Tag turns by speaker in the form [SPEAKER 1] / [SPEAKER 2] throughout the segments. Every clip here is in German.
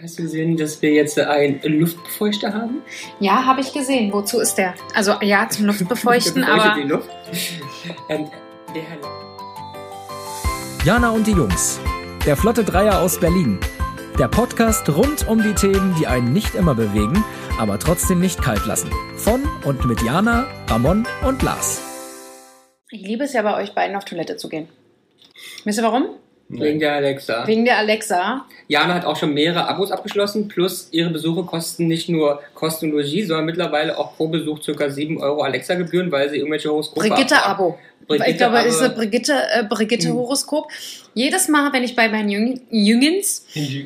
[SPEAKER 1] Hast du gesehen, dass wir jetzt einen Luftbefeuchter haben?
[SPEAKER 2] Ja, habe ich gesehen. Wozu ist der? Also ja, zum Luftbefeuchten,
[SPEAKER 1] Der befeuchtet
[SPEAKER 2] aber
[SPEAKER 1] die Luft. Ähm, der Herr
[SPEAKER 3] Jana und die Jungs. Der Flotte Dreier aus Berlin. Der Podcast rund um die Themen, die einen nicht immer bewegen, aber trotzdem nicht kalt lassen. Von und mit Jana, Ramon und Lars.
[SPEAKER 2] ich liebe es ja bei euch beiden auf Toilette zu gehen. Wisst ihr warum?
[SPEAKER 1] wegen der Alexa.
[SPEAKER 2] Wegen der Alexa.
[SPEAKER 1] Jana hat auch schon mehrere Abos abgeschlossen, plus ihre Besuche kosten nicht nur Kost und Logis, sondern mittlerweile auch pro Besuch ca. 7 Euro Alexa-Gebühren, weil sie irgendwelche Horoskope abfragt.
[SPEAKER 2] Brigitte-Abo.
[SPEAKER 1] Brigitte
[SPEAKER 2] Ich glaube,
[SPEAKER 1] Abo. Mhm.
[SPEAKER 2] es ist ein Brigitte, äh, Brigitte-Horoskop. Jedes Mal, wenn ich bei meinen Jüng Jüngens,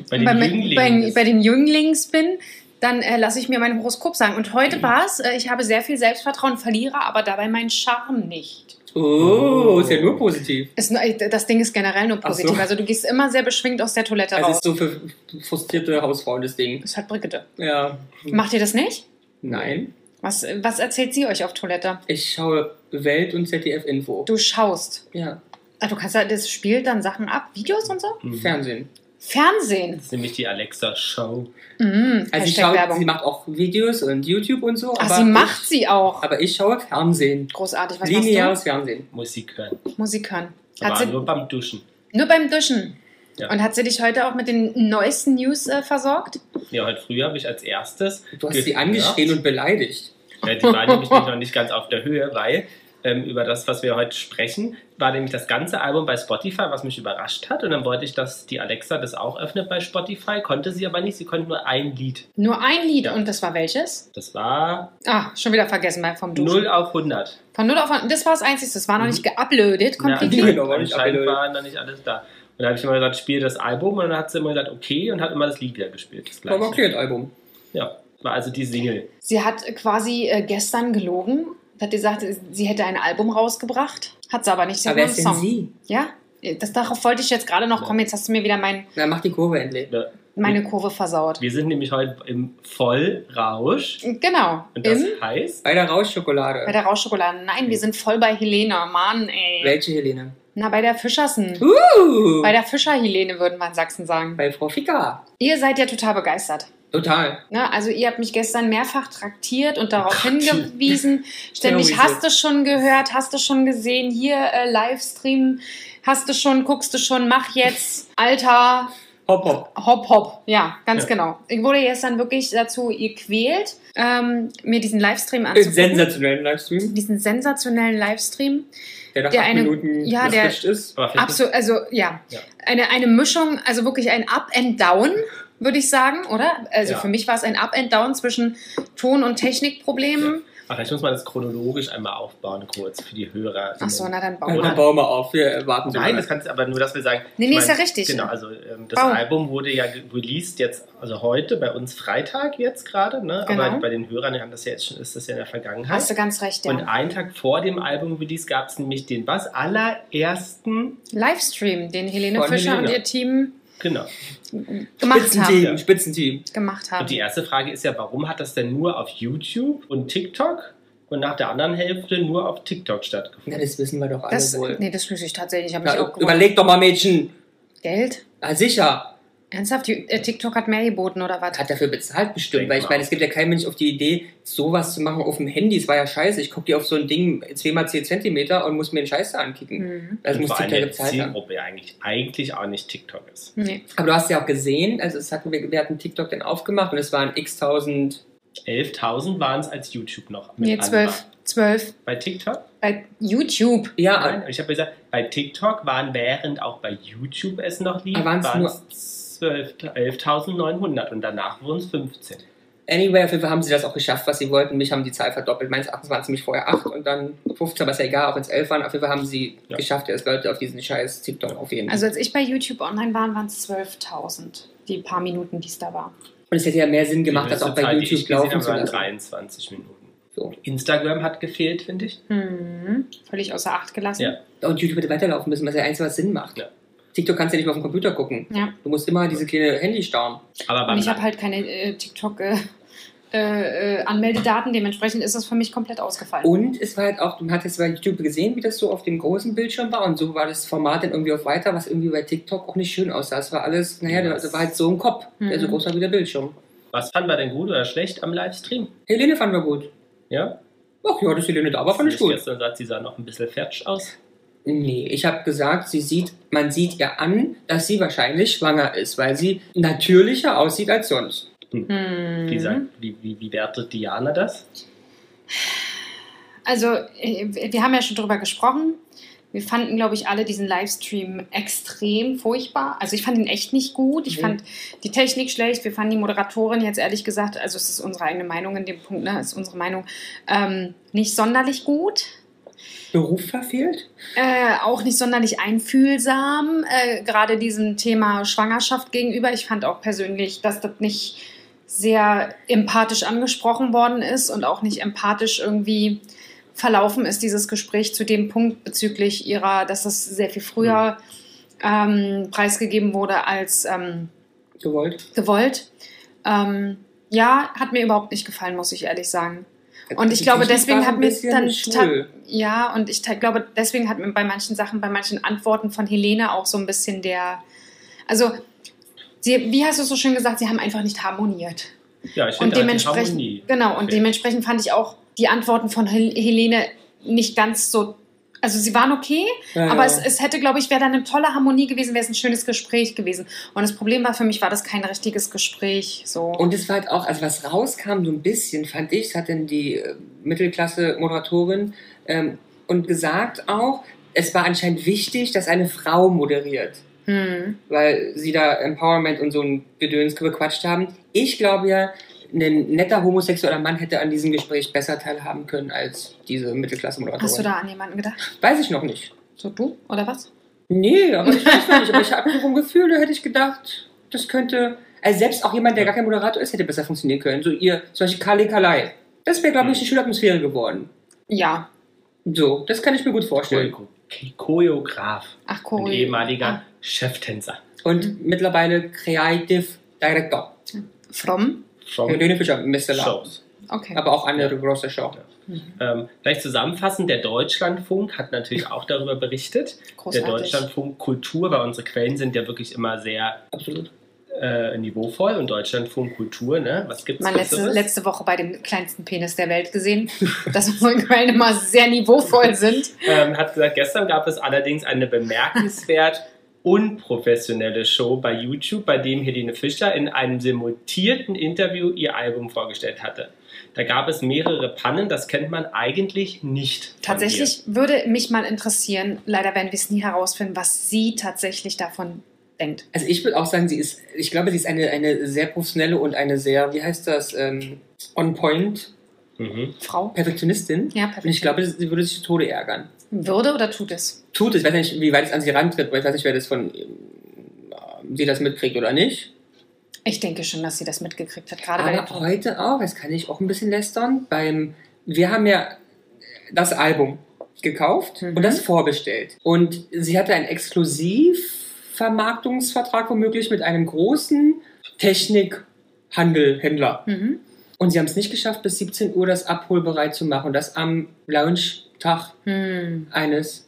[SPEAKER 4] Bei den
[SPEAKER 2] bei, bei,
[SPEAKER 4] Jünglingen.
[SPEAKER 2] bei den Jünglings bin, dann äh, lasse ich mir mein Horoskop sagen. Und heute
[SPEAKER 1] Mhm.
[SPEAKER 2] war es, äh, ich habe sehr viel Selbstvertrauen, verliere aber dabei meinen Charme nicht.
[SPEAKER 1] Oh, ist ja nur positiv.
[SPEAKER 2] Ist nur, äh, das Ding ist generell nur
[SPEAKER 1] Ach so.
[SPEAKER 2] positiv. Also du gehst immer sehr beschwingt aus der Toilette
[SPEAKER 1] Es
[SPEAKER 2] raus.
[SPEAKER 1] ist so für frustrierte Hausfrauen das Ding.
[SPEAKER 2] Das hat Brigitte.
[SPEAKER 1] Ja.
[SPEAKER 2] Macht ihr das nicht?
[SPEAKER 1] Nein.
[SPEAKER 2] Was, äh, was erzählt sie euch auf Toilette?
[SPEAKER 1] Ich schaue Welt und ZDF-Info.
[SPEAKER 2] Du schaust.
[SPEAKER 1] Ja.
[SPEAKER 2] Ah, du kannst ja, das spielt dann Sachen ab, Videos und so?
[SPEAKER 4] Mhm.
[SPEAKER 1] Fernsehen.
[SPEAKER 2] Fernsehen.
[SPEAKER 4] Das ist Mhm. nämlich die Alexa-Show.
[SPEAKER 2] Mhm.
[SPEAKER 1] Also sie,
[SPEAKER 2] Hashtag
[SPEAKER 1] schaut,
[SPEAKER 2] Werbung.
[SPEAKER 1] sie macht auch Videos und YouTube und so.
[SPEAKER 2] Ach,
[SPEAKER 1] aber
[SPEAKER 2] sie macht
[SPEAKER 1] ich,
[SPEAKER 2] sie auch.
[SPEAKER 1] Aber ich schaue Fernsehen.
[SPEAKER 2] Großartig. Was machst
[SPEAKER 1] Lineares Fernsehen.
[SPEAKER 4] Musik hören.
[SPEAKER 2] du? Musik hören. Hat
[SPEAKER 4] Aber
[SPEAKER 2] sie,
[SPEAKER 4] nur beim Duschen.
[SPEAKER 2] nur beim Duschen.
[SPEAKER 4] Ja.
[SPEAKER 2] Und hat sie dich heute auch mit den neuesten News äh, versorgt?
[SPEAKER 4] Ja, heute früh habe ich als erstes.
[SPEAKER 1] Du hast sie angeschrien und beleidigt.
[SPEAKER 4] Ja, die war nämlich noch nicht ganz auf der Höhe, weil ähm, über das, was wir heute sprechen, war nämlich das ganze Album bei Spotify, was mich überrascht hat. Und dann wollte ich, dass die Alexa das auch öffnet bei Spotify. Konnte sie aber nicht. Sie konnte nur ein Lied.
[SPEAKER 2] Nur ein Lied.
[SPEAKER 4] Ja.
[SPEAKER 2] Und das war welches?
[SPEAKER 4] Das war
[SPEAKER 2] Ah, schon wieder vergessen mal vom Duschen.
[SPEAKER 4] 0 auf 100.
[SPEAKER 2] Von null auf Das war das Einzige. Das war noch
[SPEAKER 4] Mhm.
[SPEAKER 2] nicht geuploadet.
[SPEAKER 1] Ja,
[SPEAKER 2] Komplett.
[SPEAKER 1] genau, war nicht
[SPEAKER 4] also anscheinend
[SPEAKER 1] abgelodet.
[SPEAKER 4] waren noch nicht alles da. Und dann habe ich immer gesagt, spiel das Album. Und dann hat sie immer gesagt, okay. Und hat immer das Lied wieder gespielt. Das
[SPEAKER 1] War
[SPEAKER 4] gleiche.
[SPEAKER 1] aber okay, das Album.
[SPEAKER 4] Ja, war also die Single.
[SPEAKER 2] Sie hat quasi äh, gestern gelogen. Hat gesagt, sie hätte ein Album rausgebracht. Hat sie aber nicht. Sie hat
[SPEAKER 1] aber wer
[SPEAKER 2] nur einen
[SPEAKER 1] ist denn
[SPEAKER 2] Song.
[SPEAKER 1] sie?
[SPEAKER 2] Ja? Das, darauf wollte ich jetzt gerade noch
[SPEAKER 4] Ja.
[SPEAKER 2] kommen. Jetzt hast du mir wieder mein,
[SPEAKER 1] Na, mach die Kurve endlich.
[SPEAKER 4] Ja. Hm.
[SPEAKER 2] meine Kurve versaut.
[SPEAKER 4] Wir sind nämlich heute im Vollrausch.
[SPEAKER 2] Genau.
[SPEAKER 4] Und das Hm.
[SPEAKER 2] Im
[SPEAKER 4] heißt,
[SPEAKER 1] Bei der
[SPEAKER 2] Bei
[SPEAKER 1] Rauschschokolade.
[SPEAKER 2] der Rauschschokolade. Nein, wir sind voll bei Helene. Mann, ey.
[SPEAKER 1] Welche Helene?
[SPEAKER 2] Na, bei der Fischersen.
[SPEAKER 1] Uh,
[SPEAKER 2] Bei der Fischer-Helene würden wir in Sachsen sagen.
[SPEAKER 1] bei Frau Ficker.
[SPEAKER 2] Ihr seid ja total begeistert.
[SPEAKER 1] Total.
[SPEAKER 2] Ne? Also ihr habt mich gestern mehrfach traktiert und darauf
[SPEAKER 4] Traktiert.
[SPEAKER 2] hingewiesen. Ständig
[SPEAKER 1] Terrorisiert.
[SPEAKER 2] hast du schon gehört, hast du schon gesehen, hier äh, Livestream, hast du schon, guckst du schon, mach jetzt. Alter,
[SPEAKER 1] Hopp, hopp.
[SPEAKER 2] Hopp, hopp, ja, ganz
[SPEAKER 4] Ja.
[SPEAKER 2] genau. Ich wurde gestern wirklich dazu gequält, ähm, mir diesen Livestream
[SPEAKER 1] Äh,
[SPEAKER 2] anzugucken.
[SPEAKER 1] Sensationellen Livestream,
[SPEAKER 2] Diesen sensationellen Livestream.
[SPEAKER 1] der nach
[SPEAKER 2] Der
[SPEAKER 1] acht
[SPEAKER 2] eine-
[SPEAKER 1] Minuten
[SPEAKER 2] ja, der-
[SPEAKER 1] geswitcht ist.
[SPEAKER 4] aber vielleicht
[SPEAKER 2] Absolut, also ja.
[SPEAKER 4] Ja.
[SPEAKER 2] Eine, eine Mischung, also wirklich ein Up and Down, würde ich sagen, oder? Also
[SPEAKER 4] Ja.
[SPEAKER 2] für mich war es ein Up and Down zwischen Ton- und Technikproblemen.
[SPEAKER 4] Ach, vielleicht muss man das chronologisch einmal aufbauen, kurz für die Hörer.
[SPEAKER 2] Ach so, na dann
[SPEAKER 1] Und
[SPEAKER 2] bauen
[SPEAKER 1] dann
[SPEAKER 2] wir.
[SPEAKER 1] bauen wir auf. Wir warten so
[SPEAKER 4] Nein,
[SPEAKER 1] lange.
[SPEAKER 4] das kannst du aber nur, dass wir sagen.
[SPEAKER 2] Nee,
[SPEAKER 4] ich
[SPEAKER 2] nee, ist ja richtig.
[SPEAKER 4] Genau, also ähm, das
[SPEAKER 2] Bau.
[SPEAKER 4] Album wurde ja ge- released jetzt, also heute bei uns Freitag jetzt gerade, ne?
[SPEAKER 2] Genau.
[SPEAKER 4] Aber bei den Hörern die haben das ja jetzt schon, ist das ja in der Vergangenheit.
[SPEAKER 2] Hast du ganz recht,
[SPEAKER 4] Und
[SPEAKER 2] ja.
[SPEAKER 4] einen Tag vor dem Album-Release gab es nämlich den was? Allerersten,
[SPEAKER 2] Livestream, den Helene
[SPEAKER 4] Von
[SPEAKER 2] Fischer
[SPEAKER 4] Helene.
[SPEAKER 2] und ihr Team
[SPEAKER 4] genau.
[SPEAKER 2] gemacht haben.
[SPEAKER 1] Spitzenteam,
[SPEAKER 4] haben.
[SPEAKER 1] Spitzenteam.
[SPEAKER 2] Gemacht haben.
[SPEAKER 4] Und die erste Frage ist ja, warum hat das denn nur auf YouTube und TikTok und nach der anderen Hälfte nur auf TikTok
[SPEAKER 1] Na,
[SPEAKER 4] stattgefunden?
[SPEAKER 1] das wissen wir doch alle
[SPEAKER 2] das,
[SPEAKER 1] wohl.
[SPEAKER 2] nee, das wüsste ich tatsächlich. Hab ich
[SPEAKER 1] Na,
[SPEAKER 2] auch gewusst.
[SPEAKER 1] überleg doch mal, Mädchen.
[SPEAKER 2] Geld?
[SPEAKER 1] Na, sicher.
[SPEAKER 2] Ernsthaft? Die, äh, TikTok hat mehr geboten, oder was?
[SPEAKER 1] Hat dafür bezahlt bestimmt,
[SPEAKER 4] Denk
[SPEAKER 1] weil ich
[SPEAKER 4] mal.
[SPEAKER 1] meine, es gibt ja kein Mensch auf die Idee, sowas zu machen auf dem Handy. Es war ja scheiße. Ich gucke dir auf so ein Ding 2x10 Zentimeter und muss mir den Scheiß da ankicken.
[SPEAKER 2] Mhm.
[SPEAKER 1] Das
[SPEAKER 4] und
[SPEAKER 1] muss
[SPEAKER 4] vor allem
[SPEAKER 1] TikTok
[SPEAKER 4] der
[SPEAKER 1] bezahlt haben.
[SPEAKER 4] Zielgruppe ja eigentlich, eigentlich auch nicht TikTok ist.
[SPEAKER 2] Nee.
[SPEAKER 1] Aber du hast ja auch gesehen, also es hatten wir, wir hatten TikTok dann aufgemacht und es waren x tausend.
[SPEAKER 4] 11.000 waren es als YouTube noch.
[SPEAKER 2] Nee,
[SPEAKER 4] Anwar.
[SPEAKER 2] zwölf. Zwölf.
[SPEAKER 4] Bei TikTok?
[SPEAKER 2] Bei YouTube.
[SPEAKER 1] Ja,
[SPEAKER 4] Nein, ich habe gesagt, bei TikTok waren während auch bei YouTube es noch lief,
[SPEAKER 1] Aber waren's
[SPEAKER 4] waren es 12 11.900 und danach wurden es 15.
[SPEAKER 1] anyway, auf jeden Fall haben sie das auch geschafft, was sie wollten. Mich haben die Zahl verdoppelt. Meines Erachtens waren es nämlich vorher 8 und dann 15, aber ist ja egal, auch wenn es 11 waren. Auf jeden Fall haben sie
[SPEAKER 4] Ja.
[SPEAKER 1] geschafft, dass Leute auf diesen scheiß TikTok auf jeden Fall.
[SPEAKER 2] Also als ich bei YouTube online war, waren es 12.000, die paar Minuten, die es da war.
[SPEAKER 1] und es hätte ja mehr Sinn gemacht,
[SPEAKER 4] Die
[SPEAKER 1] das
[SPEAKER 4] höchste
[SPEAKER 1] auch bei
[SPEAKER 4] Zahl, die
[SPEAKER 1] YouTube
[SPEAKER 4] ich gesehen
[SPEAKER 1] laufen
[SPEAKER 4] habe,
[SPEAKER 1] zu
[SPEAKER 4] waren
[SPEAKER 1] lassen.
[SPEAKER 4] 23 Minuten.
[SPEAKER 1] So.
[SPEAKER 4] Instagram hat gefehlt, finde ich.
[SPEAKER 2] Mhm. Völlig außer Acht gelassen.
[SPEAKER 4] Ja.
[SPEAKER 1] Und YouTube hätte weiterlaufen müssen, was ja eins was Sinn macht.
[SPEAKER 4] Ja.
[SPEAKER 1] TikTok kannst du ja nicht mehr auf dem Computer gucken.
[SPEAKER 2] Ja.
[SPEAKER 1] Du musst immer diese kleine Handy starren.
[SPEAKER 4] Aber
[SPEAKER 2] Und
[SPEAKER 4] beim
[SPEAKER 2] ich habe halt keine äh, halt TikTok äh, äh, äh, Anmeldedaten. Dementsprechend ist das für mich komplett ausgefallen.
[SPEAKER 1] Und es war halt auch, man hat jetzt bei YouTube gesehen, wie das so auf dem großen Bildschirm war und so war das Format dann irgendwie auf weiter, was irgendwie bei TikTok auch nicht schön aussah. Es war alles, naja, da da war halt so ein Kopf, der so
[SPEAKER 2] Mhm.
[SPEAKER 1] groß war wie der Bildschirm.
[SPEAKER 4] Was fanden wir denn gut oder schlecht am Livestream?
[SPEAKER 1] Helene fanden wir gut.
[SPEAKER 4] Ja?
[SPEAKER 1] Ach ja, dass Helene da war, fand ich
[SPEAKER 4] Nicht
[SPEAKER 1] gut.
[SPEAKER 4] Gestern sagt, sie sah noch ein bisschen fertig aus.
[SPEAKER 1] Nee, ich habe gesagt, sie sieht, man sieht ihr an, dass sie wahrscheinlich schwanger ist, weil sie natürlicher aussieht als sonst.
[SPEAKER 2] Hm.
[SPEAKER 4] Wie, sagt, wie, wie, wie wertet Diana das?
[SPEAKER 2] Also, äh, wir haben ja schon drüber gesprochen. Wir fanden, glaube ich, alle diesen Livestream extrem furchtbar. Also, ich fand ihn echt nicht gut. Ich
[SPEAKER 1] Nee.
[SPEAKER 2] fand die Technik schlecht. Wir fanden die Moderatorin jetzt ehrlich gesagt, also es ist unsere eigene Meinung in dem Punkt, ne, ist unsere Meinung, ähm, nicht sonderlich gut.
[SPEAKER 1] Beruf verfehlt?
[SPEAKER 2] Äh, auch nicht sonderlich einfühlsam, äh, gerade diesem Thema Schwangerschaft gegenüber. Ich fand auch persönlich, dass das nicht sehr empathisch angesprochen worden ist und auch nicht empathisch irgendwie verlaufen ist, dieses Gespräch zu dem Punkt bezüglich ihrer, dass das sehr viel früher ähm, preisgegeben wurde als ähm,
[SPEAKER 1] Gewollt.
[SPEAKER 2] gewollt. Ähm, ja, hat mir überhaupt nicht gefallen, muss ich ehrlich sagen. Und ich glaube,
[SPEAKER 1] Äh, also Technik war
[SPEAKER 2] deswegen
[SPEAKER 1] so
[SPEAKER 2] hat
[SPEAKER 1] ein
[SPEAKER 2] mir
[SPEAKER 1] bisschen
[SPEAKER 2] dann
[SPEAKER 1] schwul.
[SPEAKER 2] ja, und ich te- glaube, deswegen hat mir bei manchen Sachen, bei manchen Antworten von Helene auch so ein bisschen der. Also, sie, wie hast du es so schön gesagt, sie haben einfach nicht harmoniert.
[SPEAKER 4] Ja, ich
[SPEAKER 2] Und
[SPEAKER 4] finde halt die
[SPEAKER 2] dementsprechend,
[SPEAKER 4] Harmonie.
[SPEAKER 2] genau, und
[SPEAKER 4] fehlt.
[SPEAKER 2] dementsprechend fand ich auch die Antworten von Hel Helene nicht ganz so. Also sie waren okay,
[SPEAKER 1] Ja, ja.
[SPEAKER 2] aber es, es hätte, glaube ich, wäre dann eine tolle Harmonie gewesen, wäre es ein schönes Gespräch gewesen. Und das Problem war für mich, war das kein richtiges Gespräch. So.
[SPEAKER 1] Und es war halt auch, also was rauskam, so ein bisschen, fand ich, das hat denn die äh, Mittelklasse-Moderatorin ähm, und gesagt auch, es war anscheinend wichtig, dass eine Frau moderiert,
[SPEAKER 2] hm.
[SPEAKER 1] weil sie da Empowerment und so ein Gedöns gequatscht haben. Ich glaube ja, ein netter homosexueller Mann hätte an diesem Gespräch besser teilhaben können als diese Mittelklasse-Moderatorin.
[SPEAKER 2] Hast du da an jemanden gedacht?
[SPEAKER 1] Weiß ich noch nicht.
[SPEAKER 2] So du oder was?
[SPEAKER 1] Nee, aber ich weiß noch nicht. Aber ich habe so ein Gefühl, da hätte ich gedacht, das könnte. Also selbst auch jemand, der gar kein Moderator ist, hätte besser funktionieren können. So ihr, zum Beispiel Kali Kalai. Das wäre, glaube ich, eine schöne Atmosphäre geworden.
[SPEAKER 2] Ja.
[SPEAKER 1] So, das kann ich mir gut vorstellen.
[SPEAKER 4] Choreo- Choreograf
[SPEAKER 2] Ach,
[SPEAKER 4] und
[SPEAKER 2] Choreo.
[SPEAKER 4] ehemaliger Cheftänzer.
[SPEAKER 1] Und mittlerweile Creative Director.
[SPEAKER 2] Ah, From?
[SPEAKER 4] From
[SPEAKER 1] Helene Fischer, Mr. Love.
[SPEAKER 4] Oh. Shows.
[SPEAKER 2] Okay.
[SPEAKER 1] Aber auch andere große Show.
[SPEAKER 4] Ähm, vielleicht zusammenfassend, der Deutschlandfunk hat natürlich auch darüber berichtet. Der Deutschlandfunk Kultur, weil unsere Quellen sind ja wirklich immer sehr
[SPEAKER 1] Absolut.
[SPEAKER 4] äh, niveauvoll und Deutschlandfunk Kultur, ne? Was gibt's
[SPEAKER 2] Man letzte,
[SPEAKER 4] Besseres?
[SPEAKER 2] letzte Woche bei dem kleinsten Penis der Welt gesehen, dass unsere Quellen immer sehr niveauvoll sind.
[SPEAKER 4] ähm, hat gesagt, gestern gab es allerdings eine bemerkenswert unprofessionelle Show bei YouTube, bei dem Helene Fischer in einem simultierten Interview ihr Album vorgestellt hatte. Da gab es mehrere Pannen, das kennt man eigentlich nicht. von ihr.
[SPEAKER 2] Tatsächlich würde mich mal interessieren, leider werden wir es nie herausfinden, was sie tatsächlich davon denkt.
[SPEAKER 1] Also ich würde auch sagen, sie ist, ich glaube, sie ist eine, eine sehr professionelle und eine sehr, wie heißt das, ähm, on point
[SPEAKER 4] Mhm.
[SPEAKER 2] Frau?
[SPEAKER 1] Perfektionistin.
[SPEAKER 2] Ja,
[SPEAKER 1] Und ich
[SPEAKER 2] perfekt.
[SPEAKER 1] glaube, sie würde sich zu Tode ärgern.
[SPEAKER 2] Würde oder tut es?
[SPEAKER 1] tut es. Ich weiß nicht, wie weit es an sie rantritt, weil ich weiß nicht, wer das von ähm, sie das mitkriegt oder nicht.
[SPEAKER 2] Ich denke schon, dass sie das mitgekriegt hat, gerade bei
[SPEAKER 1] Aber
[SPEAKER 2] der
[SPEAKER 1] heute auch, das kann ich auch ein bisschen lästern, beim wir haben ja das Album gekauft
[SPEAKER 2] Mhm.
[SPEAKER 1] und das vorbestellt. Und sie hatte einen Exklusivvermarktungsvertrag womöglich mit einem großen Technikhandel, Händler.
[SPEAKER 2] Mhm.
[SPEAKER 1] Und sie haben es nicht geschafft, bis 17 Uhr das abholbereit zu machen. Und das am Launch-Tag
[SPEAKER 2] Hm.
[SPEAKER 1] eines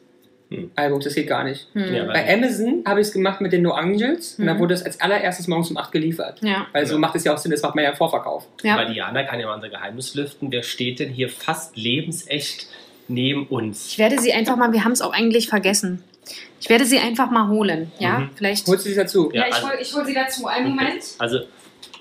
[SPEAKER 4] Hm.
[SPEAKER 1] Albums. Das geht gar nicht.
[SPEAKER 2] Hm.
[SPEAKER 4] Ja,
[SPEAKER 1] Bei Amazon habe ich es gemacht mit den No Angels und
[SPEAKER 2] Mhm.
[SPEAKER 1] da wurde es als allererstes morgens um 8 geliefert.
[SPEAKER 2] ja.
[SPEAKER 1] Weil so
[SPEAKER 4] Ja.
[SPEAKER 1] macht es ja auch Sinn, das macht man ja im Vorverkauf.
[SPEAKER 4] Ja.
[SPEAKER 2] ja.
[SPEAKER 4] Diana kann ja mal unser Geheimnis lüften. Wer steht denn hier fast lebensecht neben uns?
[SPEAKER 2] Ich werde sie einfach mal, wir haben es auch eigentlich vergessen. Ich werde sie einfach mal holen. Ja,
[SPEAKER 4] Mhm.
[SPEAKER 2] vielleicht.
[SPEAKER 1] Holst du dich dazu?
[SPEAKER 4] Ja, also-
[SPEAKER 2] hol- hol sie dazu. Einen
[SPEAKER 4] Also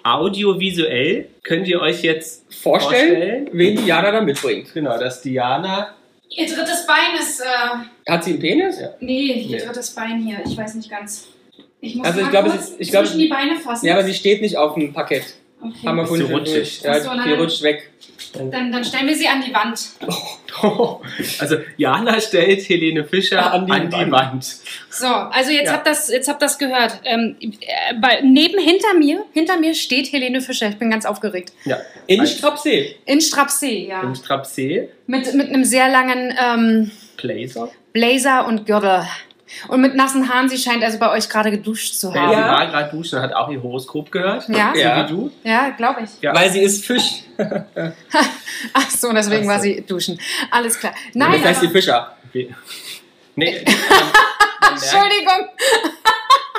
[SPEAKER 4] audiovisuell könnt ihr euch jetzt
[SPEAKER 1] Vorstellen,
[SPEAKER 4] Vorstellen.
[SPEAKER 1] wen die Jana da mitbringt.
[SPEAKER 4] genau, dass Diana
[SPEAKER 2] Ihr drittes Bein ist. Äh,
[SPEAKER 1] Hat sie einen Penis?
[SPEAKER 2] nee, ihr
[SPEAKER 4] Nee.
[SPEAKER 2] drittes Bein hier. Ich weiß nicht ganz. Ich muss
[SPEAKER 1] Also ich
[SPEAKER 2] mal
[SPEAKER 1] glaube,
[SPEAKER 2] kurz
[SPEAKER 1] sie- ich glaube-
[SPEAKER 2] zwischen die Beine fassen.
[SPEAKER 1] Ja, aber sie steht nicht auf dem Parkett.
[SPEAKER 2] okay.
[SPEAKER 1] Haben wir
[SPEAKER 4] Ist
[SPEAKER 1] vorhin
[SPEAKER 4] sie
[SPEAKER 1] schon durch.
[SPEAKER 4] rutschig?
[SPEAKER 1] Ja,
[SPEAKER 2] Ach so, nein,
[SPEAKER 1] die
[SPEAKER 2] nein.
[SPEAKER 1] rutscht weg.
[SPEAKER 2] dann, dann stellen wir sie an die Wand.
[SPEAKER 4] also Jana stellt Helene Fischer an die, Wand.
[SPEAKER 2] So, also jetzt
[SPEAKER 4] Ja.
[SPEAKER 2] habt das, jetzt habt das gehört. Ähm, äh, bei, neben hinter mir, hinter mir steht Helene Fischer. Ich bin ganz aufgeregt.
[SPEAKER 4] Ja,
[SPEAKER 1] In
[SPEAKER 4] Ein-
[SPEAKER 1] Strapsee.
[SPEAKER 2] In Strapsee, ja.
[SPEAKER 4] im Strapsee
[SPEAKER 2] Mit, mit einem sehr langen ähm,
[SPEAKER 4] Blazer.
[SPEAKER 2] Blazer und Gürtel. Und mit nassen Haaren, sie scheint also bei euch gerade geduscht zu
[SPEAKER 4] Ja. Sie
[SPEAKER 2] haben.
[SPEAKER 4] war gerade duschen und hat auch ihr Horoskop gehört.
[SPEAKER 2] Ja, ja,
[SPEAKER 1] Ja.
[SPEAKER 4] So wie du.
[SPEAKER 2] glaube ich.
[SPEAKER 4] Ja.
[SPEAKER 1] Weil sie ist Fisch.
[SPEAKER 2] Ach so, deswegen
[SPEAKER 4] Ach so.
[SPEAKER 2] war sie duschen. Alles klar.
[SPEAKER 1] das
[SPEAKER 2] Nein,
[SPEAKER 1] heißt
[SPEAKER 2] aber,
[SPEAKER 1] die Fischer.
[SPEAKER 4] Okay. Nee, man, man, merkt,
[SPEAKER 2] Entschuldigung.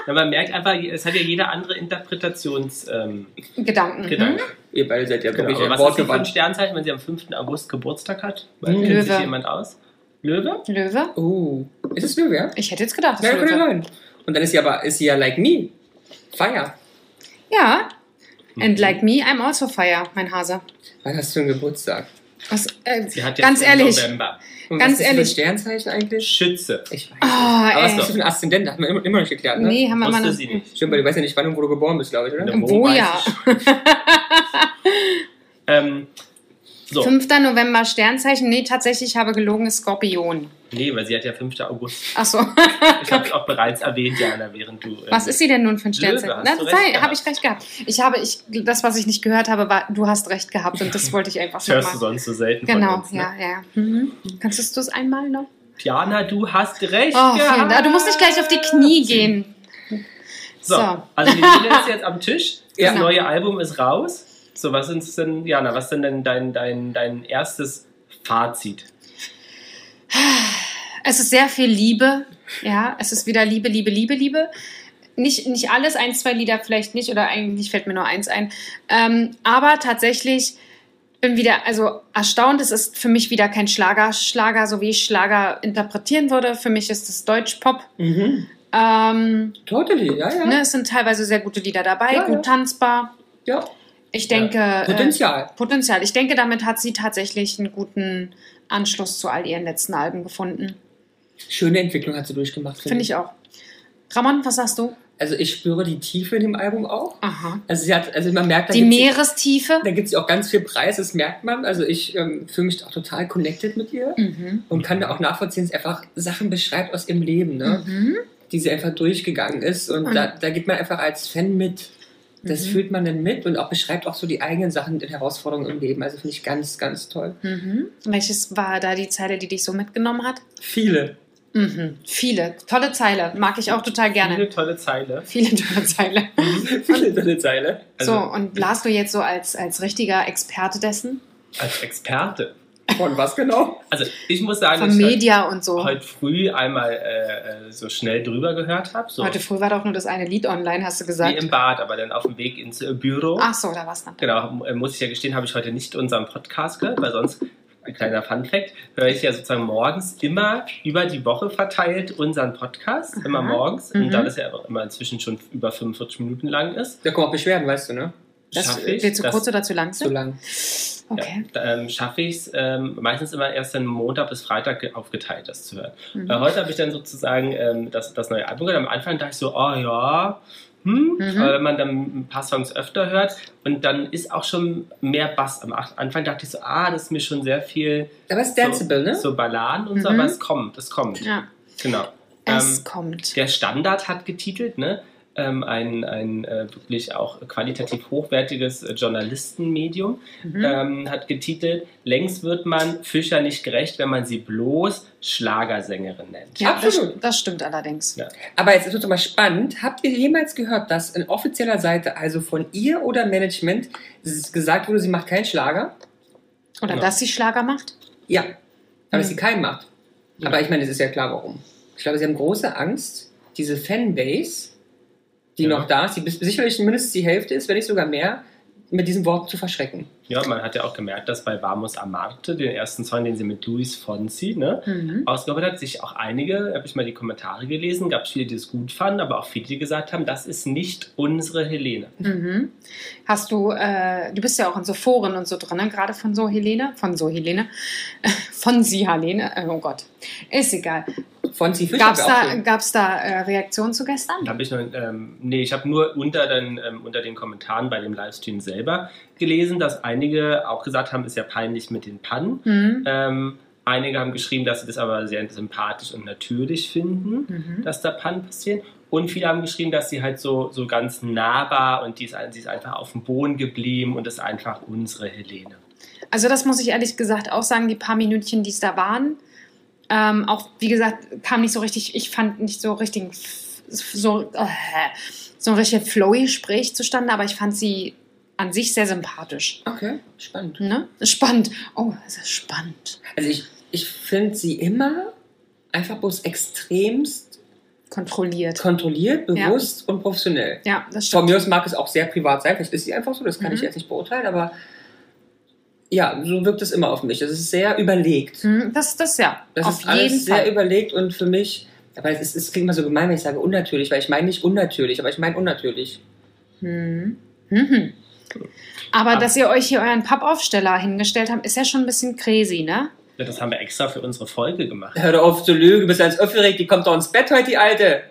[SPEAKER 4] na, man merkt einfach, es hat ja jeder andere Interpretationsgedanken. Ähm,
[SPEAKER 2] Gedanken.
[SPEAKER 4] Gedanken.
[SPEAKER 1] Ihr beide seid ja
[SPEAKER 4] genau.
[SPEAKER 1] wirklich
[SPEAKER 4] Aber
[SPEAKER 1] genau,
[SPEAKER 4] was ist das für ein
[SPEAKER 1] wortgewandt.
[SPEAKER 4] Sternzeichen, wenn sie am 5. August Geburtstag hat? Weil
[SPEAKER 1] Mhm.
[SPEAKER 4] kennt sich
[SPEAKER 2] Löwe.
[SPEAKER 4] jemand aus? Löwe?
[SPEAKER 2] Hm? Löwe?
[SPEAKER 1] Oh, ist es Löwe, ja?
[SPEAKER 2] Ich hätte jetzt gedacht, das
[SPEAKER 1] Ja,
[SPEAKER 2] ja,
[SPEAKER 1] könnte
[SPEAKER 2] Löwe.
[SPEAKER 1] sein. Und dann ist sie aber, ist sie ja like me. Fire.
[SPEAKER 2] Ja.
[SPEAKER 4] Mhm.
[SPEAKER 2] And like me, I'm also fire, mein Hase.
[SPEAKER 1] Wann hast du einen Geburtstag?
[SPEAKER 2] Was, äh,
[SPEAKER 4] Sie hat jetzt
[SPEAKER 2] ganz
[SPEAKER 4] im
[SPEAKER 2] ehrlich.
[SPEAKER 4] November.
[SPEAKER 1] Und
[SPEAKER 2] Ganz
[SPEAKER 1] was ist
[SPEAKER 2] ehrlich.
[SPEAKER 1] Das für ein Sternzeichen eigentlich?
[SPEAKER 4] Schütze.
[SPEAKER 1] Ich weiß nicht.
[SPEAKER 2] Oh, ey.
[SPEAKER 1] Aber was ist das für ein Aszendent? Hat man immer, immer noch nicht geklärt, ne?
[SPEAKER 2] Nee, haben wir mal
[SPEAKER 4] Wusste
[SPEAKER 2] noch.
[SPEAKER 4] sie nicht.
[SPEAKER 1] Stimmt, weil du weißt ja nicht, wann und wo du geboren bist, glaube ich, oder?
[SPEAKER 4] Ne,
[SPEAKER 2] Wo
[SPEAKER 4] weiß
[SPEAKER 2] ja.
[SPEAKER 4] ich schon. ähm, so.
[SPEAKER 2] 5. November Sternzeichen. Nee, tatsächlich, ich habe gelogen, ist Skorpion.
[SPEAKER 4] Nee, weil sie hat ja 5. August.
[SPEAKER 2] Ach so.
[SPEAKER 4] Ich habe es auch bereits erwähnt, Jana, während du. ähm,
[SPEAKER 2] Was ist sie denn nun für ein Sternzeichen?
[SPEAKER 4] Löwe, hast
[SPEAKER 2] Na,
[SPEAKER 4] du recht
[SPEAKER 2] sei,
[SPEAKER 4] gehabt.
[SPEAKER 2] habe ich recht gehabt. Ich habe, ich, das, was ich nicht gehört habe, war, du hast recht gehabt und das wollte ich einfach
[SPEAKER 4] Das hörst du
[SPEAKER 2] nochmal.
[SPEAKER 4] sonst so selten
[SPEAKER 2] Genau,
[SPEAKER 4] von uns.
[SPEAKER 2] ja,
[SPEAKER 4] Ne?
[SPEAKER 2] ja. Mhm. Kannst du es einmal noch?
[SPEAKER 4] Jana, du hast recht.
[SPEAKER 2] Oh, vielen
[SPEAKER 4] gehabt.
[SPEAKER 2] Dank. Du musst nicht gleich auf die Knie gehen. So.
[SPEAKER 4] So,
[SPEAKER 2] Genau.
[SPEAKER 4] also die Lieder ist jetzt am Tisch. Das
[SPEAKER 1] Ja.
[SPEAKER 4] neue Album ist raus. So, was ist denn, Jana, was denn denn dein, dein, dein erstes Fazit?
[SPEAKER 2] Es ist sehr viel Liebe. Ja, es ist wieder Liebe, Liebe, Liebe, Liebe. Nicht, nicht alles, ein, zwei Lieder vielleicht nicht oder eigentlich fällt mir nur eins ein. Ähm, aber tatsächlich bin wieder, also erstaunt, es ist für mich wieder kein Schlager, Schlager, so wie ich Schlager interpretieren würde. Für mich ist es Deutsch-Pop.
[SPEAKER 1] Mhm.
[SPEAKER 2] Ähm,
[SPEAKER 1] Totally, ja, ja.
[SPEAKER 2] ne, es sind teilweise sehr gute Lieder dabei,
[SPEAKER 1] Ja,
[SPEAKER 2] gut
[SPEAKER 1] ja.
[SPEAKER 2] tanzbar.
[SPEAKER 1] ja.
[SPEAKER 2] Ich denke. äh,
[SPEAKER 1] Potenzial.
[SPEAKER 2] Potenzial. Ich denke, damit hat sie tatsächlich einen guten Anschluss zu all ihren letzten Alben gefunden.
[SPEAKER 1] Schöne Entwicklung hat sie durchgemacht.
[SPEAKER 2] Finde ich auch. Ramon, was sagst du?
[SPEAKER 1] Also ich spüre die Tiefe in dem Album auch.
[SPEAKER 2] Aha.
[SPEAKER 1] Also sie hat, also man merkt, da
[SPEAKER 2] Die
[SPEAKER 1] gibt's-
[SPEAKER 2] Meerestiefe.
[SPEAKER 1] Da gibt es auch ganz viel Preis, das merkt man. Also ich ähm, fühle mich auch total connected mit ihr
[SPEAKER 2] Mhm.
[SPEAKER 1] und kann da auch nachvollziehen, dass sie einfach Sachen beschreibt aus ihrem Leben, ne?
[SPEAKER 2] Mhm.
[SPEAKER 1] die sie einfach durchgegangen ist. Und
[SPEAKER 2] Mhm.
[SPEAKER 1] da, da geht man einfach als Fan mit. Das
[SPEAKER 2] Mhm.
[SPEAKER 1] fühlt man dann mit und auch beschreibt auch so die eigenen Sachen und Herausforderungen im Leben. Also finde ich ganz, ganz toll.
[SPEAKER 2] Mhm. Welches war da die Zeile, die dich so mitgenommen hat?
[SPEAKER 1] Viele.
[SPEAKER 2] Mhm. Viele. Tolle Zeile. Mag ich auch total gerne.
[SPEAKER 4] Viele tolle Zeile.
[SPEAKER 2] Viele, tolle Zeile.
[SPEAKER 1] Viele tolle Zeile.
[SPEAKER 4] Also,
[SPEAKER 2] so, und Lars, du jetzt so als, als richtiger Experte dessen?
[SPEAKER 4] Als Experte.
[SPEAKER 1] Von was genau?
[SPEAKER 4] Also, ich muss sagen,
[SPEAKER 2] Von
[SPEAKER 4] dass ich heute,
[SPEAKER 2] Media und so. Heute,
[SPEAKER 4] heute früh einmal äh, äh, so schnell drüber gehört habe. So
[SPEAKER 2] früh war doch nur das eine Lied online, hast du
[SPEAKER 4] wie
[SPEAKER 2] gesagt. Ah,
[SPEAKER 4] im Bad, aber dann auf dem Weg ins äh, Büro.
[SPEAKER 2] Ach so, da war's dann.
[SPEAKER 4] Genau, mu- äh, muss ich ja gestehen, habe ich heute nicht unseren Podcast gehört, weil sonst, ein kleiner Funfact, höre ich ja sozusagen morgens immer über die Woche verteilt unseren Podcast, immer morgens. Und
[SPEAKER 2] Mhm.
[SPEAKER 4] da das ja auch immer inzwischen schon über 45 Minuten lang ist,
[SPEAKER 1] Da kommen auch Beschwerden, weißt du, ne?
[SPEAKER 2] Das
[SPEAKER 4] schaffe ich
[SPEAKER 2] wir zu
[SPEAKER 4] das-
[SPEAKER 2] kurz oder zu lang
[SPEAKER 1] So
[SPEAKER 2] sind?
[SPEAKER 1] lang.
[SPEAKER 2] Okay.
[SPEAKER 4] ja, ähm, schaffe ich es ähm, meistens immer erst dann Montag bis Freitag ge- aufgeteilt, das zu hören.
[SPEAKER 2] Mhm.
[SPEAKER 4] Äh, heute habe ich dann sozusagen ähm, das, das neue Album gehört. Am Anfang dachte ich so, oh ja, hm.
[SPEAKER 2] Mhm.
[SPEAKER 4] Aber wenn man dann ein paar Songs öfter hört und dann ist auch schon mehr Bass. Am Ach- Anfang dachte ich so, ah, das ist mir schon sehr viel
[SPEAKER 1] Aber es ist danceable, ne?
[SPEAKER 4] so Balladen und so,
[SPEAKER 2] Mhm.
[SPEAKER 4] aber es kommt, es kommt.
[SPEAKER 2] Ja,
[SPEAKER 4] Genau.
[SPEAKER 2] es
[SPEAKER 4] Ähm,
[SPEAKER 2] kommt.
[SPEAKER 4] der Standard hat getitelt, ne? Ähm, ein ein äh, wirklich auch qualitativ hochwertiges äh, Journalistenmedium
[SPEAKER 2] Mhm.
[SPEAKER 4] ähm, hat getitelt: Längst wird man Fischer nicht gerecht, wenn man sie bloß Schlagersängerin nennt.
[SPEAKER 2] ja,
[SPEAKER 1] absolut.
[SPEAKER 2] Das, das stimmt allerdings.
[SPEAKER 4] Ja.
[SPEAKER 1] Aber jetzt ist es mal spannend. Habt ihr jemals gehört, dass in offizieller Seite, also von ihr oder Management, s- gesagt wurde, sie macht keinen Schlager?
[SPEAKER 2] Oder
[SPEAKER 4] Ja.
[SPEAKER 2] dass sie Schlager macht?
[SPEAKER 1] Ja. Aber dass
[SPEAKER 2] Mhm.
[SPEAKER 1] sie keinen macht.
[SPEAKER 4] Ja.
[SPEAKER 1] Aber ich meine, es ist ja klar, warum. Ich glaube, sie haben große Angst, diese Fanbase, die
[SPEAKER 4] Ja.
[SPEAKER 1] noch da ist, die bis sicherlich mindestens die Hälfte ist, wenn nicht sogar mehr, mit diesen Worten zu verschrecken.
[SPEAKER 4] Ja, man hat ja auch gemerkt, dass bei Vamos Amarte, den ersten Song, den sie mit Luis Fonsi ne,
[SPEAKER 2] Mhm.
[SPEAKER 4] ausgearbeitet hat, sich auch einige, habe ich mal die Kommentare gelesen, gab es viele, die es gut fanden, aber auch viele, die gesagt haben, das ist nicht unsere Helene.
[SPEAKER 2] Mhm. Hast du, äh, du bist ja auch in so Foren und so drin, ne? gerade von so Helene, von so Helene, von sie Helene, äh, oh Gott, ist egal.
[SPEAKER 1] Von sie Fischer
[SPEAKER 2] Gab es
[SPEAKER 1] wäre auch
[SPEAKER 2] da,
[SPEAKER 1] schön.
[SPEAKER 2] gab's da äh, Reaktionen zu gestern?
[SPEAKER 4] Da Hab ich noch, ähm, nee, ich habe nur unter den, ähm, unter den Kommentaren bei dem Livestream selber gelesen, dass einige auch gesagt haben, ist ja peinlich mit den Pannen.
[SPEAKER 2] Mhm.
[SPEAKER 4] Ähm, einige haben geschrieben, dass sie das aber sehr sympathisch und natürlich finden.
[SPEAKER 2] Mhm.
[SPEAKER 4] dass da Pannen passieren. Und viele haben geschrieben, dass sie halt so, so ganz nah war und die ist, ein- sie ist einfach auf dem Boden geblieben und ist einfach unsere Helene.
[SPEAKER 2] Also das muss ich ehrlich gesagt auch sagen, die paar Minütchen, die es da waren, Ähm, auch wie gesagt, kam nicht so richtig, ich fand nicht so richtig so, äh, so ein richtig flowy Gespräch zustande, aber ich fand sie an sich sehr sympathisch.
[SPEAKER 1] Okay, spannend.
[SPEAKER 2] Ne? Spannend. Oh, es ist spannend.
[SPEAKER 1] Also ich, ich finde sie immer einfach bloß extremst
[SPEAKER 2] Kontrolliert.
[SPEAKER 1] kontrolliert, bewusst und professionell.
[SPEAKER 2] ja, das stimmt.
[SPEAKER 1] Von mir aus mag es auch sehr privat sein, vielleicht ist sie einfach so, das kann
[SPEAKER 2] Mhm.
[SPEAKER 1] ich jetzt nicht beurteilen, aber ja, so wirkt es immer auf mich. Es ist sehr überlegt.
[SPEAKER 2] Hm, Das, das ja.
[SPEAKER 1] Das
[SPEAKER 2] auf
[SPEAKER 1] ist alles
[SPEAKER 2] jeden
[SPEAKER 1] sehr
[SPEAKER 2] Fall.
[SPEAKER 1] überlegt und für mich, aber es, ist, es klingt immer so gemein, wenn ich sage unnatürlich, weil ich meine nicht unnatürlich, aber ich meine unnatürlich.
[SPEAKER 2] Hm. Mhm. Aber
[SPEAKER 4] Aber-
[SPEAKER 2] dass ihr euch hier euren Pappaufsteller hingestellt habt, ist ja schon ein bisschen crazy, ne?
[SPEAKER 4] Ja, Das haben wir extra für unsere Folge gemacht.
[SPEAKER 1] Hör doch auf zu lügen, bist ans Öffelreg, die kommt doch ins Bett heute, die Alte.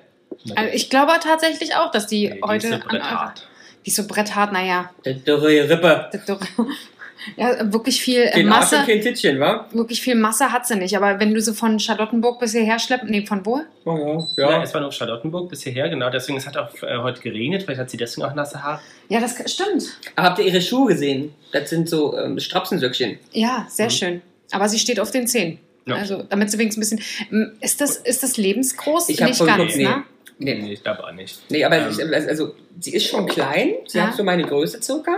[SPEAKER 2] Also ich glaube tatsächlich auch, dass die
[SPEAKER 4] Nee, die
[SPEAKER 2] heute
[SPEAKER 4] ist so
[SPEAKER 2] an eurer,
[SPEAKER 4] bretthart.
[SPEAKER 2] die ist so bretthart, naja,
[SPEAKER 1] Der dürre Rippe.
[SPEAKER 2] das doch- ja, wirklich viel äh,
[SPEAKER 1] Den Arsch und
[SPEAKER 2] Masse,
[SPEAKER 1] kein Tittchen, wa?
[SPEAKER 2] wirklich viel Masse hat sie nicht. Aber wenn du sie von Charlottenburg bis hierher schleppst, nee, von wo?
[SPEAKER 1] Oh,
[SPEAKER 4] Ja.
[SPEAKER 1] ja, ja.
[SPEAKER 4] es war nur Charlottenburg bis hierher, genau. Deswegen, es hat auch äh, heute geregnet. Vielleicht hat sie deswegen auch nasse Haare.
[SPEAKER 2] Ja, das k- stimmt.
[SPEAKER 1] Aber habt ihr ihre Schuhe gesehen? Das sind so ähm, Strapsensöckchen.
[SPEAKER 2] Ja, sehr
[SPEAKER 4] Mhm.
[SPEAKER 2] schön. Aber sie steht auf den Zehen.
[SPEAKER 4] Ja.
[SPEAKER 2] Also, damit sie wenigstens ein bisschen. M, Ist das, ist das lebensgroß?
[SPEAKER 1] Ich hab
[SPEAKER 2] nicht
[SPEAKER 1] voll
[SPEAKER 2] ganz,
[SPEAKER 1] gesehen.
[SPEAKER 2] ne?
[SPEAKER 1] Nee,
[SPEAKER 4] Nee, ich glaube auch nicht.
[SPEAKER 1] Nee, aber
[SPEAKER 4] Ähm.
[SPEAKER 1] ich, also, sie ist schon klein, sie
[SPEAKER 2] Ja.
[SPEAKER 1] hat so meine Größe circa,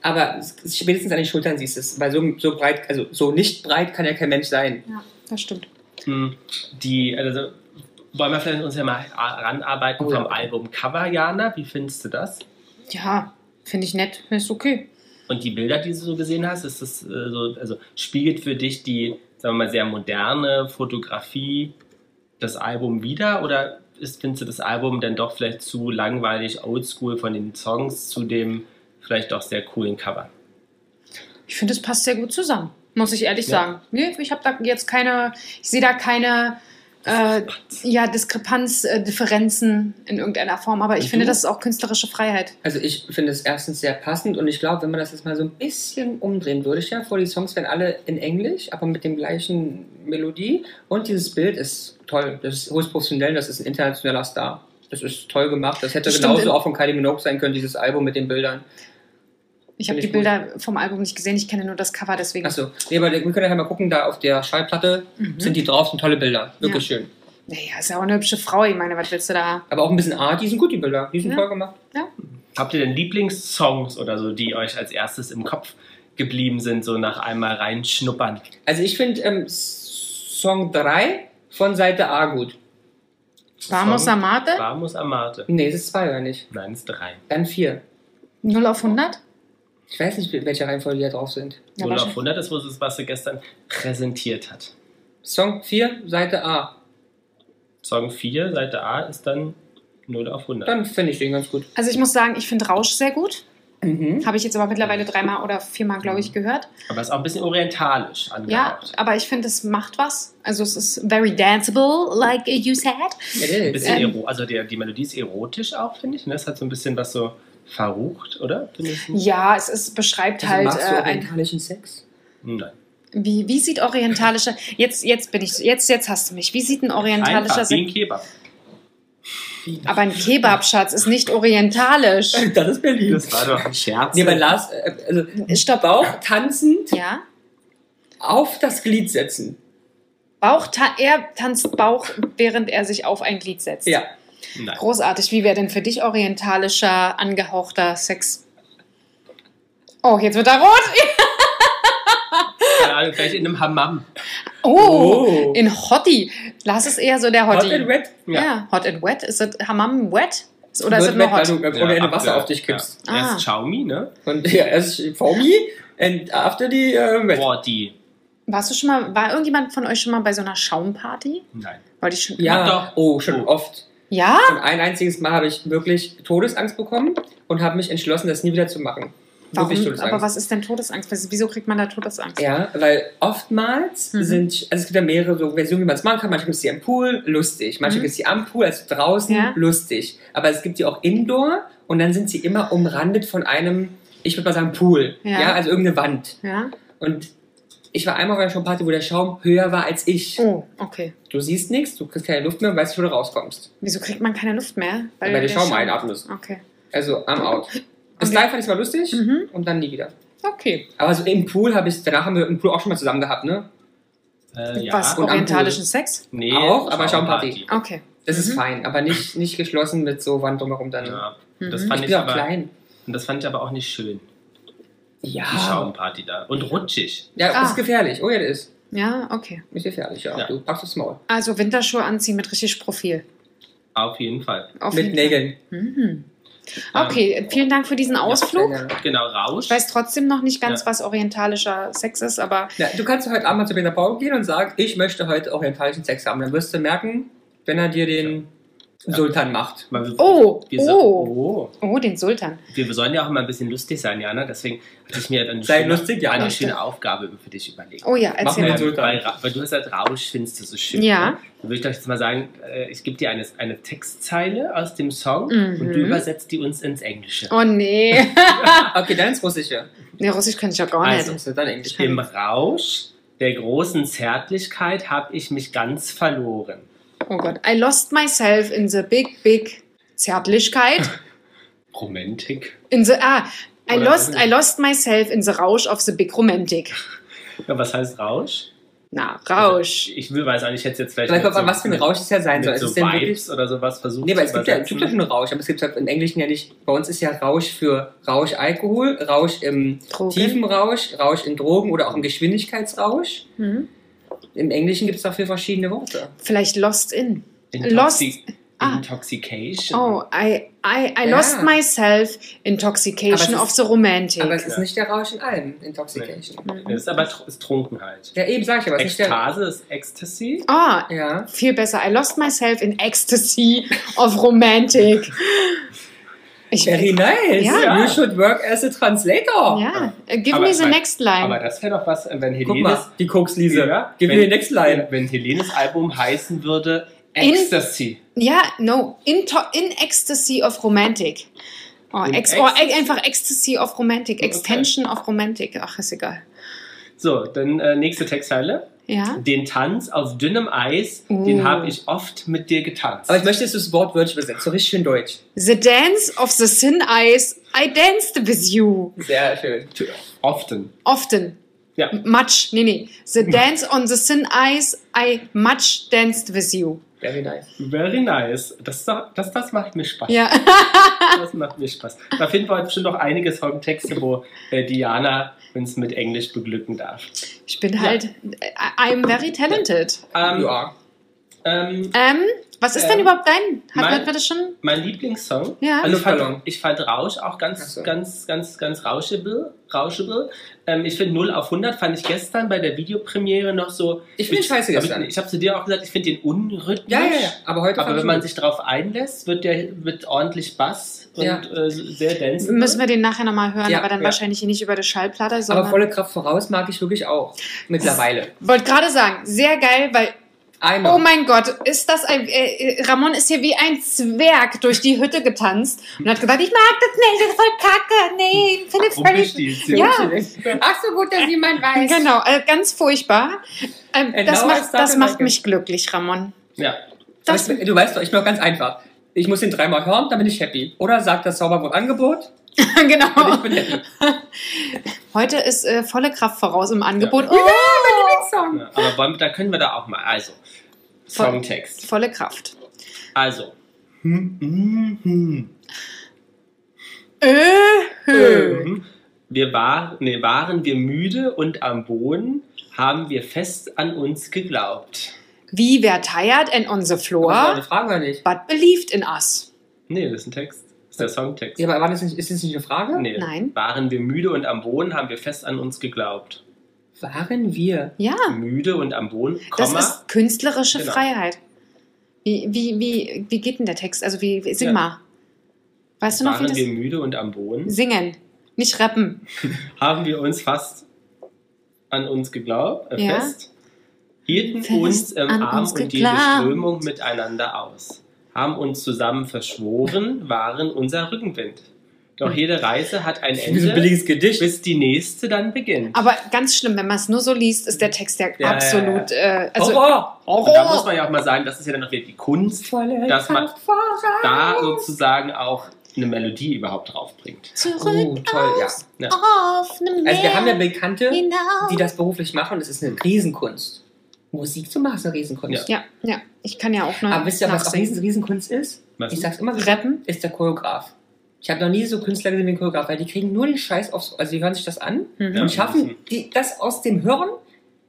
[SPEAKER 1] aber spätestens an den Schultern siehst du es, weil so, so breit, also so nicht breit kann ja kein Mensch sein.
[SPEAKER 2] Ja, das stimmt.
[SPEAKER 4] Hm, Die, also wollen wir vielleicht uns ja mal a- ranarbeiten
[SPEAKER 1] Oh ja.
[SPEAKER 4] vom Album Cover, Jana. Wie findest du das?
[SPEAKER 2] Ja, finde ich nett. Finde ich okay.
[SPEAKER 4] Und die Bilder, die du so gesehen hast, ist das äh, so, also spiegelt für dich die, sagen wir mal, sehr moderne Fotografie das Album wieder? Oder ist, findest du das Album dann doch vielleicht zu langweilig, oldschool von den Songs zu dem vielleicht auch sehr coolen Cover?
[SPEAKER 2] Ich finde, es passt sehr gut zusammen. Muss ich ehrlich
[SPEAKER 4] Ja.
[SPEAKER 2] sagen. Nee, ich habe da jetzt keine. Ich sehe da keine. Äh, ja, Diskrepanz, äh, Differenzen in irgendeiner Form. Aber ich
[SPEAKER 1] Und
[SPEAKER 2] finde,
[SPEAKER 1] du?
[SPEAKER 2] das ist auch künstlerische Freiheit.
[SPEAKER 1] Also ich finde es erstens sehr passend und ich glaube, wenn man das jetzt mal so ein bisschen umdrehen würde, ich ja vor, die Songs wären alle in Englisch, aber mit dem gleichen Melodie und dieses Bild ist toll, das ist hohes professionell, das ist ein internationaler Star. Das ist toll gemacht. Das hätte
[SPEAKER 2] Das stimmt.
[SPEAKER 1] genauso auch von Kylie Minogue sein können, dieses Album mit den Bildern.
[SPEAKER 2] Ich
[SPEAKER 1] Finde
[SPEAKER 2] habe die
[SPEAKER 1] ich
[SPEAKER 2] Bilder vom Album nicht gesehen. Ich kenne nur das Cover, deswegen.
[SPEAKER 1] Achso, nee, aber wir können ja mal gucken, da auf der Schallplatte
[SPEAKER 2] Mhm.
[SPEAKER 1] sind die drauf, sind tolle Bilder. Wirklich schön.
[SPEAKER 2] Naja, ist ja auch eine hübsche Frau. Ich meine, was willst du da?
[SPEAKER 1] Aber auch ein bisschen Art, die sind gut, die Bilder. Die sind
[SPEAKER 2] Ja.
[SPEAKER 1] toll gemacht.
[SPEAKER 4] Habt ihr denn Lieblingssongs oder so, die euch als erstes im Kopf geblieben sind, so nach einmal reinschnuppern?
[SPEAKER 1] Also ich finde ähm, Song 3 von Seite A gut.
[SPEAKER 2] Vamos a
[SPEAKER 4] Song?
[SPEAKER 2] Mate?
[SPEAKER 4] Vamos Amate.
[SPEAKER 1] Nee, das ist 2 oder nicht?
[SPEAKER 4] Nein, es ist drei.
[SPEAKER 1] Dann 4.
[SPEAKER 2] 0 auf 100?
[SPEAKER 1] Ich weiß nicht, welche Reihenfolge die da drauf sind.
[SPEAKER 2] Ja,
[SPEAKER 4] 0 auf
[SPEAKER 2] wahrscheinlich.
[SPEAKER 4] 100 ist, wo es- was sie gestern präsentiert hat.
[SPEAKER 1] Song 4, Seite A.
[SPEAKER 4] Song 4, Seite A, ist dann 0 auf 100.
[SPEAKER 1] Dann finde ich den ganz gut.
[SPEAKER 2] Also ich muss sagen, ich finde Rausch sehr gut.
[SPEAKER 1] Mhm.
[SPEAKER 2] Habe ich jetzt aber mittlerweile dreimal oder viermal, glaube ich, gehört.
[SPEAKER 4] Aber ist auch ein bisschen orientalisch
[SPEAKER 2] Ja, äh,
[SPEAKER 4] angehaucht.
[SPEAKER 2] aber ich finde, es macht was. Also es ist very danceable, like you said.
[SPEAKER 1] It
[SPEAKER 4] Ein
[SPEAKER 1] is.
[SPEAKER 4] bisschen
[SPEAKER 2] Ähm.
[SPEAKER 4] ero also die, die Melodie ist erotisch auch, finde ich. Ne? Das hat so ein bisschen was so verrucht, oder? Findest du?
[SPEAKER 2] Ja, es ist, beschreibt
[SPEAKER 1] Also
[SPEAKER 2] halt
[SPEAKER 1] magst du
[SPEAKER 2] äh, ein,
[SPEAKER 1] orientalischen Sex?
[SPEAKER 4] Nein.
[SPEAKER 2] wie, wie sieht orientalischer, jetzt, jetzt bin ich, jetzt, jetzt hast du mich, wie sieht ein orientalischer,
[SPEAKER 4] Einfach, wie
[SPEAKER 2] Sek-
[SPEAKER 4] ein Kebab.
[SPEAKER 2] aber ein Kebab-Schatz ist nicht orientalisch.
[SPEAKER 1] Das ist Berlin.
[SPEAKER 4] Das war doch ein Scherz.
[SPEAKER 1] Nee, bei Lars, äh, also
[SPEAKER 2] Stopp.
[SPEAKER 1] Bauch tanzend
[SPEAKER 2] Ja?
[SPEAKER 1] auf das Glied setzen.
[SPEAKER 2] Bauch, ta er tanzt Bauch, während er sich auf ein Glied setzt.
[SPEAKER 1] Ja.
[SPEAKER 4] Nein.
[SPEAKER 2] Großartig. Wie wäre denn für dich orientalischer, angehauchter Sex? Oh, jetzt wird er rot.
[SPEAKER 4] Keine Ahnung, vielleicht in einem Hammam.
[SPEAKER 2] Oh,
[SPEAKER 1] Oh.
[SPEAKER 2] in Hottie. Lass es eher so der
[SPEAKER 1] Hot
[SPEAKER 2] Hottie.
[SPEAKER 1] and wet.
[SPEAKER 2] Ja. hot and wet. Ist das Hammam wet? Ist- Oder ist
[SPEAKER 1] Wird
[SPEAKER 2] es nur
[SPEAKER 1] wet, weil
[SPEAKER 2] hot?
[SPEAKER 1] du äh, ohne Ende
[SPEAKER 4] ab-
[SPEAKER 1] Wasser auf dich kippst.
[SPEAKER 4] Ja.
[SPEAKER 2] Ah.
[SPEAKER 4] Erst Xiaomi, ne?
[SPEAKER 1] Und ja, erst for me and after the äh, red.
[SPEAKER 4] Boah, die.
[SPEAKER 2] Warst du schon mal, war irgendjemand von euch schon mal bei so einer Schaumparty?
[SPEAKER 4] Nein.
[SPEAKER 2] Wollte ich schon.
[SPEAKER 1] Ja,
[SPEAKER 4] Ach doch.
[SPEAKER 1] oh, schon
[SPEAKER 4] Oh.
[SPEAKER 1] oft.
[SPEAKER 2] Ja?
[SPEAKER 1] Und ein einziges Mal habe ich wirklich Todesangst bekommen und habe mich entschlossen, das nie wieder zu machen. Wirklich
[SPEAKER 2] Warum?
[SPEAKER 1] Todesangst.
[SPEAKER 2] Aber was ist denn Todesangst? Was- Wieso kriegt man da Todesangst?
[SPEAKER 1] Ja, weil oftmals
[SPEAKER 2] Mhm.
[SPEAKER 1] sind, also es gibt ja mehrere so Versionen, wie man es machen kann. Manchmal gibt es die am Pool, lustig. Manchmal
[SPEAKER 2] Mhm.
[SPEAKER 1] gibt es die am Pool, also draußen,
[SPEAKER 2] Ja.
[SPEAKER 1] lustig. Aber es gibt die auch indoor und dann sind sie immer umrandet von einem, ich würde mal sagen, Pool.
[SPEAKER 2] Ja.
[SPEAKER 1] Ja. also irgendeine Wand.
[SPEAKER 2] Ja?
[SPEAKER 1] Und ich war einmal bei einer Party, wo der Schaum höher war als ich.
[SPEAKER 2] Oh, okay.
[SPEAKER 1] Du siehst nichts, du kriegst keine Luft mehr und weißt nicht, wo du rauskommst.
[SPEAKER 2] Wieso kriegt man keine Luft mehr?
[SPEAKER 1] Weil, der Schaum
[SPEAKER 2] Schaum-
[SPEAKER 1] einatmest.
[SPEAKER 2] Okay.
[SPEAKER 1] Also, I'm out. Das
[SPEAKER 2] Okay.
[SPEAKER 1] Live fand ich mal lustig
[SPEAKER 2] Mhm.
[SPEAKER 1] und dann nie wieder.
[SPEAKER 2] Okay.
[SPEAKER 1] Aber so im Pool habe ich, danach haben wir im Pool auch schon mal zusammen gehabt, ne?
[SPEAKER 4] Äh, ja.
[SPEAKER 2] Was?
[SPEAKER 1] Und am
[SPEAKER 2] Orientalischen
[SPEAKER 1] Pool.
[SPEAKER 2] Sex?
[SPEAKER 4] Nee,
[SPEAKER 1] Auch, aber Schaumparty.
[SPEAKER 2] Okay.
[SPEAKER 1] Das ist
[SPEAKER 2] Mhm.
[SPEAKER 1] fein, aber nicht, nicht geschlossen mit so Wand drumherum dann.
[SPEAKER 4] Ja,
[SPEAKER 2] Mhm.
[SPEAKER 4] das
[SPEAKER 1] Ich
[SPEAKER 4] fand
[SPEAKER 1] bin
[SPEAKER 4] ich
[SPEAKER 1] auch
[SPEAKER 4] aber,
[SPEAKER 1] klein.
[SPEAKER 4] und das fand ich aber auch nicht schön, die
[SPEAKER 1] Ja.
[SPEAKER 4] Schaumparty da. Und rutschig.
[SPEAKER 1] Ja,
[SPEAKER 2] Ah.
[SPEAKER 1] ist gefährlich. Oh ja, das ist.
[SPEAKER 2] Ja, okay.
[SPEAKER 1] Ist gefährlich, ja.
[SPEAKER 4] Ja.
[SPEAKER 1] Du packst das Maul.
[SPEAKER 2] Also Winterschuhe anziehen mit richtig Profil.
[SPEAKER 4] Auf jeden Fall.
[SPEAKER 2] Auf
[SPEAKER 1] Mit
[SPEAKER 2] jeden Fall.
[SPEAKER 1] Nägeln.
[SPEAKER 2] Mhm. Okay, vielen Dank für diesen Ausflug.
[SPEAKER 1] Ja,
[SPEAKER 4] Genau, Rausch.
[SPEAKER 2] Ich weiß trotzdem noch nicht ganz,
[SPEAKER 4] Ja.
[SPEAKER 2] was orientalischer Sex ist, aber
[SPEAKER 1] Na, du kannst heute Abend mal zu Peter Paul gehen und sagen, ich möchte heute orientalischen Sex haben. Dann wirst du merken, wenn er dir den
[SPEAKER 4] Ja.
[SPEAKER 1] Sultan macht.
[SPEAKER 4] Weil wir-
[SPEAKER 2] Oh,
[SPEAKER 4] wir so-
[SPEAKER 2] oh.
[SPEAKER 4] oh.
[SPEAKER 2] oh, den Sultan.
[SPEAKER 4] Wir sollen ja auch immer ein bisschen lustig sein, Jana. Deswegen hatte ich mir eine,
[SPEAKER 1] Sei
[SPEAKER 4] schöne,
[SPEAKER 1] lustig, Jana.
[SPEAKER 4] eine schöne Aufgabe für dich überlegt.
[SPEAKER 2] Oh ja,
[SPEAKER 1] Mach
[SPEAKER 2] erzähl
[SPEAKER 1] mal
[SPEAKER 2] mal.
[SPEAKER 1] den
[SPEAKER 4] Weil,
[SPEAKER 1] Sultan.
[SPEAKER 4] weil, Ra- weil du hast halt Rausch, findest du so schön.
[SPEAKER 2] Ja.
[SPEAKER 4] Ne? Dann würde ich doch jetzt mal sagen, äh, ich gebe dir eine, eine Textzeile aus dem Song
[SPEAKER 2] Mhm.
[SPEAKER 4] und du übersetzt die uns ins Englische.
[SPEAKER 2] Oh nee.
[SPEAKER 1] Okay, dann ins Russische.
[SPEAKER 2] Nee, Russisch kann ich ja gar
[SPEAKER 4] Also.
[SPEAKER 2] nicht.
[SPEAKER 1] Das ist dann Englisch.
[SPEAKER 4] Im Rausch der großen Zärtlichkeit habe ich mich ganz verloren.
[SPEAKER 2] Oh Gott. I lost myself in the big, big Zärtlichkeit.
[SPEAKER 4] Romantik.
[SPEAKER 2] In the, ah,
[SPEAKER 1] Oh,
[SPEAKER 2] I
[SPEAKER 4] Oder-
[SPEAKER 2] lost, I lost myself in the Rausch of the big Romantic.
[SPEAKER 4] Ja, was heißt Rausch?
[SPEAKER 2] Na, Rausch.
[SPEAKER 4] Ich will, weiß auch nicht, ich hätte jetzt vielleicht.
[SPEAKER 1] Vielleicht
[SPEAKER 4] mit
[SPEAKER 1] kommt an, was für ein
[SPEAKER 4] mit-
[SPEAKER 1] Rausch es ja sein
[SPEAKER 4] mit
[SPEAKER 1] soll. Ist
[SPEAKER 4] So
[SPEAKER 1] es denn wirklich.
[SPEAKER 4] Vibes oder sowas versucht
[SPEAKER 1] Nee, weil es
[SPEAKER 4] zu
[SPEAKER 1] gibt ja, es gibt ja
[SPEAKER 4] übersetzen.
[SPEAKER 1] schon Rausch, aber es gibt halt im Englischen ja nicht. Bei uns ist ja Rausch für Rausch Alkohol, Rausch im
[SPEAKER 2] Drogen.
[SPEAKER 1] Also, tiefen Rausch, Rausch in Drogen oder auch im Geschwindigkeitsrausch.
[SPEAKER 2] Hm?
[SPEAKER 1] Im Englischen gibt es dafür verschiedene Worte.
[SPEAKER 2] Vielleicht lost in. Lost.
[SPEAKER 4] Intoxi
[SPEAKER 2] Ah.
[SPEAKER 4] Intoxication.
[SPEAKER 2] Oh, I, I, I
[SPEAKER 1] Ja.
[SPEAKER 2] lost myself intoxication
[SPEAKER 1] Aber es
[SPEAKER 2] of
[SPEAKER 1] ist-
[SPEAKER 2] the romantic.
[SPEAKER 1] Aber es ist
[SPEAKER 4] Ja.
[SPEAKER 1] nicht der Rausch in allem, Intoxication.
[SPEAKER 4] Das ist aber tr- ist Trunkenheit.
[SPEAKER 1] Ja, eben sag ich, aber es ist nicht der.
[SPEAKER 4] Ekstase ist Ecstasy.
[SPEAKER 2] Ah,
[SPEAKER 1] Ja.
[SPEAKER 2] viel besser. I lost myself in ecstasy of romantic. Ich,
[SPEAKER 1] Very nice.
[SPEAKER 2] Ja.
[SPEAKER 1] You should work as a translator.
[SPEAKER 2] ja, give
[SPEAKER 4] Aber
[SPEAKER 2] me
[SPEAKER 4] ich
[SPEAKER 2] the
[SPEAKER 4] mein-
[SPEAKER 2] next line.
[SPEAKER 4] Aber das wäre doch was, wenn
[SPEAKER 1] Guck
[SPEAKER 4] Helenes,
[SPEAKER 1] mal, die Koks, Lise.
[SPEAKER 4] Ja,
[SPEAKER 1] Gib
[SPEAKER 4] wenn-
[SPEAKER 1] mir die Next Line.
[SPEAKER 4] wenn Helenes Album heißen würde
[SPEAKER 2] In-
[SPEAKER 4] Ecstasy.
[SPEAKER 2] Ja, no, in, to- in ecstasy of romantic. Oh,
[SPEAKER 4] In
[SPEAKER 2] ex oh,
[SPEAKER 4] Ecstasy?
[SPEAKER 2] e- einfach ecstasy of romantic,
[SPEAKER 4] Okay.
[SPEAKER 2] extension of romantic. Ach, ist egal.
[SPEAKER 4] So, dann äh, nächste Textzeile.
[SPEAKER 2] Ja.
[SPEAKER 4] Den Tanz auf dünnem Eis,
[SPEAKER 2] Oh.
[SPEAKER 4] den habe ich oft mit dir getanzt.
[SPEAKER 1] Aber ich möchte, dass du das Wort wörtlich übersetzt. So richtig schön deutsch.
[SPEAKER 2] The dance of the thin eyes, I danced with you.
[SPEAKER 1] Sehr schön.
[SPEAKER 4] Often.
[SPEAKER 2] Often.
[SPEAKER 4] Ja.
[SPEAKER 2] Much, nee, nee. The dance on the thin eyes, I much danced with you.
[SPEAKER 1] Very nice.
[SPEAKER 4] Very nice. Das, das, das macht mir Spaß.
[SPEAKER 2] Ja.
[SPEAKER 4] Das macht mir Spaß. Da finden wir heute bestimmt noch einige Songtexte, wo äh, Diana uns mit Englisch beglücken darf.
[SPEAKER 2] Ich bin halt, I- I'm very talented.
[SPEAKER 4] Ähm,
[SPEAKER 1] you are.
[SPEAKER 4] ähm,
[SPEAKER 2] Ähm, was ist
[SPEAKER 4] Ähm,
[SPEAKER 2] denn überhaupt dein? Hat
[SPEAKER 4] mein-
[SPEAKER 2] man das schon?
[SPEAKER 4] mein Lieblingssong.
[SPEAKER 2] Ja.
[SPEAKER 4] Also ich
[SPEAKER 1] Luftballon.
[SPEAKER 4] fand, ich fand Rausch auch
[SPEAKER 1] Ach
[SPEAKER 4] ganz,
[SPEAKER 1] so.
[SPEAKER 4] ganz, ganz, ganz rauschable. rauschable. Ähm, ich finde 0 auf 100 fand ich gestern bei der Videopremiere noch so.
[SPEAKER 1] Ich finde den scheiße
[SPEAKER 4] hab
[SPEAKER 1] gestern.
[SPEAKER 4] Ich, ich habe zu dir auch gesagt, ich finde den unrhythmisch.
[SPEAKER 1] Ja, ja, ja. Aber heute
[SPEAKER 4] Aber
[SPEAKER 1] fand
[SPEAKER 4] wenn
[SPEAKER 1] ich
[SPEAKER 4] man
[SPEAKER 1] gut.
[SPEAKER 4] sich darauf einlässt, wird der wird ordentlich Bass und
[SPEAKER 1] Ja.
[SPEAKER 4] äh, sehr dance.
[SPEAKER 2] Müssen wir den nachher nochmal hören,
[SPEAKER 1] Ja,
[SPEAKER 2] aber dann
[SPEAKER 1] ja.
[SPEAKER 2] wahrscheinlich nicht über die Schallplatte, sondern.
[SPEAKER 1] Aber volle Kraft voraus mag ich wirklich auch. Mittlerweile.
[SPEAKER 2] Wollte gerade sagen, sehr geil, weil,
[SPEAKER 1] Einmal.
[SPEAKER 2] oh mein Gott, ist das ein, äh, äh, Ramon ist hier wie ein Zwerg durch die Hütte getanzt und hat gesagt, ich mag das nicht, das ist voll kacke, nee, ich finde es völlig...
[SPEAKER 4] Rumpelstilzchen.
[SPEAKER 2] Ja,
[SPEAKER 1] Ach, so gut, dass jemand weiß.
[SPEAKER 2] genau, äh, ganz furchtbar. Ähm,
[SPEAKER 1] And
[SPEAKER 2] das
[SPEAKER 1] now I
[SPEAKER 2] macht,
[SPEAKER 1] started
[SPEAKER 2] das macht
[SPEAKER 1] like
[SPEAKER 2] mich glücklich, Ramon.
[SPEAKER 4] ja.
[SPEAKER 2] Das,
[SPEAKER 1] ich, du weißt doch, ich bin doch ganz einfach. Ich muss den dreimal hören, dann bin ich happy. Oder sagt das Zauberwort Angebot und ich
[SPEAKER 2] genau.
[SPEAKER 1] bin happy.
[SPEAKER 2] Heute ist äh, volle Kraft voraus im Angebot. Oh,
[SPEAKER 4] Ja, aber wollen, wir- da können wir da auch mal. Also,
[SPEAKER 2] Voll.
[SPEAKER 4] Songtext.
[SPEAKER 2] Oh, volle Kraft.
[SPEAKER 4] Also. Hm, hm, hm.
[SPEAKER 2] Äh, hö.
[SPEAKER 4] Mhm. Wir war, nee, waren wir müde und am Boden, haben wir fest an uns geglaubt.
[SPEAKER 2] Wie wer tired and on the
[SPEAKER 1] Aber das war eine
[SPEAKER 2] floor,
[SPEAKER 1] Frage oder nicht?
[SPEAKER 2] but believed in us.
[SPEAKER 4] Nee, das ist ein Text. Das ist der Songtext.
[SPEAKER 1] Ja, aber war das nicht, ist das nicht eine Frage?
[SPEAKER 4] Nee.
[SPEAKER 2] Nein.
[SPEAKER 4] Waren wir müde und am Boden, haben wir fest an uns geglaubt.
[SPEAKER 1] Waren wir?
[SPEAKER 2] Ja.
[SPEAKER 4] Müde und am Boden,
[SPEAKER 2] Ah. Das
[SPEAKER 4] Komma.
[SPEAKER 2] ist künstlerische
[SPEAKER 4] Genau.
[SPEAKER 2] Freiheit. Wie, wie, wie, wie geht denn der Text? Also, wie, wie sing
[SPEAKER 4] Ja.
[SPEAKER 2] mal. Weißt du noch, wie
[SPEAKER 4] waren
[SPEAKER 2] das.
[SPEAKER 4] wir müde und am Boden,
[SPEAKER 2] Singen, nicht rappen.
[SPEAKER 4] haben wir uns fast an uns geglaubt, äh,
[SPEAKER 2] Ja.
[SPEAKER 4] fest, hielten
[SPEAKER 2] Fest
[SPEAKER 4] uns im
[SPEAKER 2] an
[SPEAKER 4] Arm
[SPEAKER 2] uns
[SPEAKER 4] und jede
[SPEAKER 2] geglaubt.
[SPEAKER 4] Strömung miteinander aus, haben uns zusammen verschworen, waren unser Rückenwind. Doch jede Reise hat ein
[SPEAKER 1] Wie so ein
[SPEAKER 4] Ende,
[SPEAKER 1] billiges Gedicht.
[SPEAKER 4] bis die nächste dann beginnt.
[SPEAKER 2] Aber ganz schlimm, wenn man es nur so liest, ist der Text ja,
[SPEAKER 4] ja,
[SPEAKER 2] absolut. Äh,
[SPEAKER 1] Oh,
[SPEAKER 2] also,
[SPEAKER 1] Horror!
[SPEAKER 4] Und da muss man ja auch mal sagen, das ist ja dann noch wieder die Kunst,
[SPEAKER 1] Volle
[SPEAKER 4] dass man-
[SPEAKER 1] Kraft voraus.
[SPEAKER 4] da sozusagen auch eine Melodie überhaupt draufbringt.
[SPEAKER 1] Oh,
[SPEAKER 2] zurück
[SPEAKER 1] toll, ja.
[SPEAKER 4] Ja.
[SPEAKER 2] auf einem Meer.
[SPEAKER 1] Also wir haben ja Bekannte,
[SPEAKER 2] hinauf.
[SPEAKER 1] die das beruflich machen und es ist eine Riesenkunst. Musik zu machen ist eine Riesenkunst.
[SPEAKER 2] Ja, ja. Ich kann ja auch noch.
[SPEAKER 1] Aber wisst ihr, was auch
[SPEAKER 2] nachsingen.
[SPEAKER 1] Riesen, Riesenkunst ist?
[SPEAKER 4] Was?
[SPEAKER 1] Ich sag's immer so,
[SPEAKER 2] Rappen?
[SPEAKER 1] ist der Choreograf. Ich habe noch nie so Künstler gesehen wie einen Choreograf, weil die kriegen nur den Scheiß aufs, also die hören sich das an
[SPEAKER 2] Mhm.
[SPEAKER 4] Ja.
[SPEAKER 1] und schaffen die, das aus dem Hören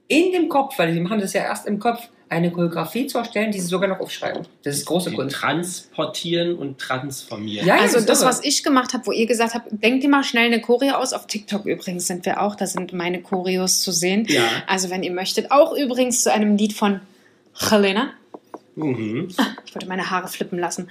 [SPEAKER 1] in dem Kopf, weil die machen das ja erst im Kopf, eine Choreografie zu erstellen, die sie sogar noch aufschreiben. Das ist große
[SPEAKER 4] Die
[SPEAKER 1] Kunst.
[SPEAKER 4] Transportieren und transformieren.
[SPEAKER 1] Ja, ja,
[SPEAKER 2] Also das,
[SPEAKER 1] irre.
[SPEAKER 2] was ich gemacht habe, wo ihr gesagt habt, denkt dir mal schnell eine Choreo aus. Auf TikTok übrigens sind wir auch, da sind meine Choreos zu sehen.
[SPEAKER 4] Ja.
[SPEAKER 2] Also wenn ihr möchtet, auch übrigens zu einem Lied von Helena.
[SPEAKER 4] Mhm.
[SPEAKER 2] Ich wollte meine Haare flippen lassen.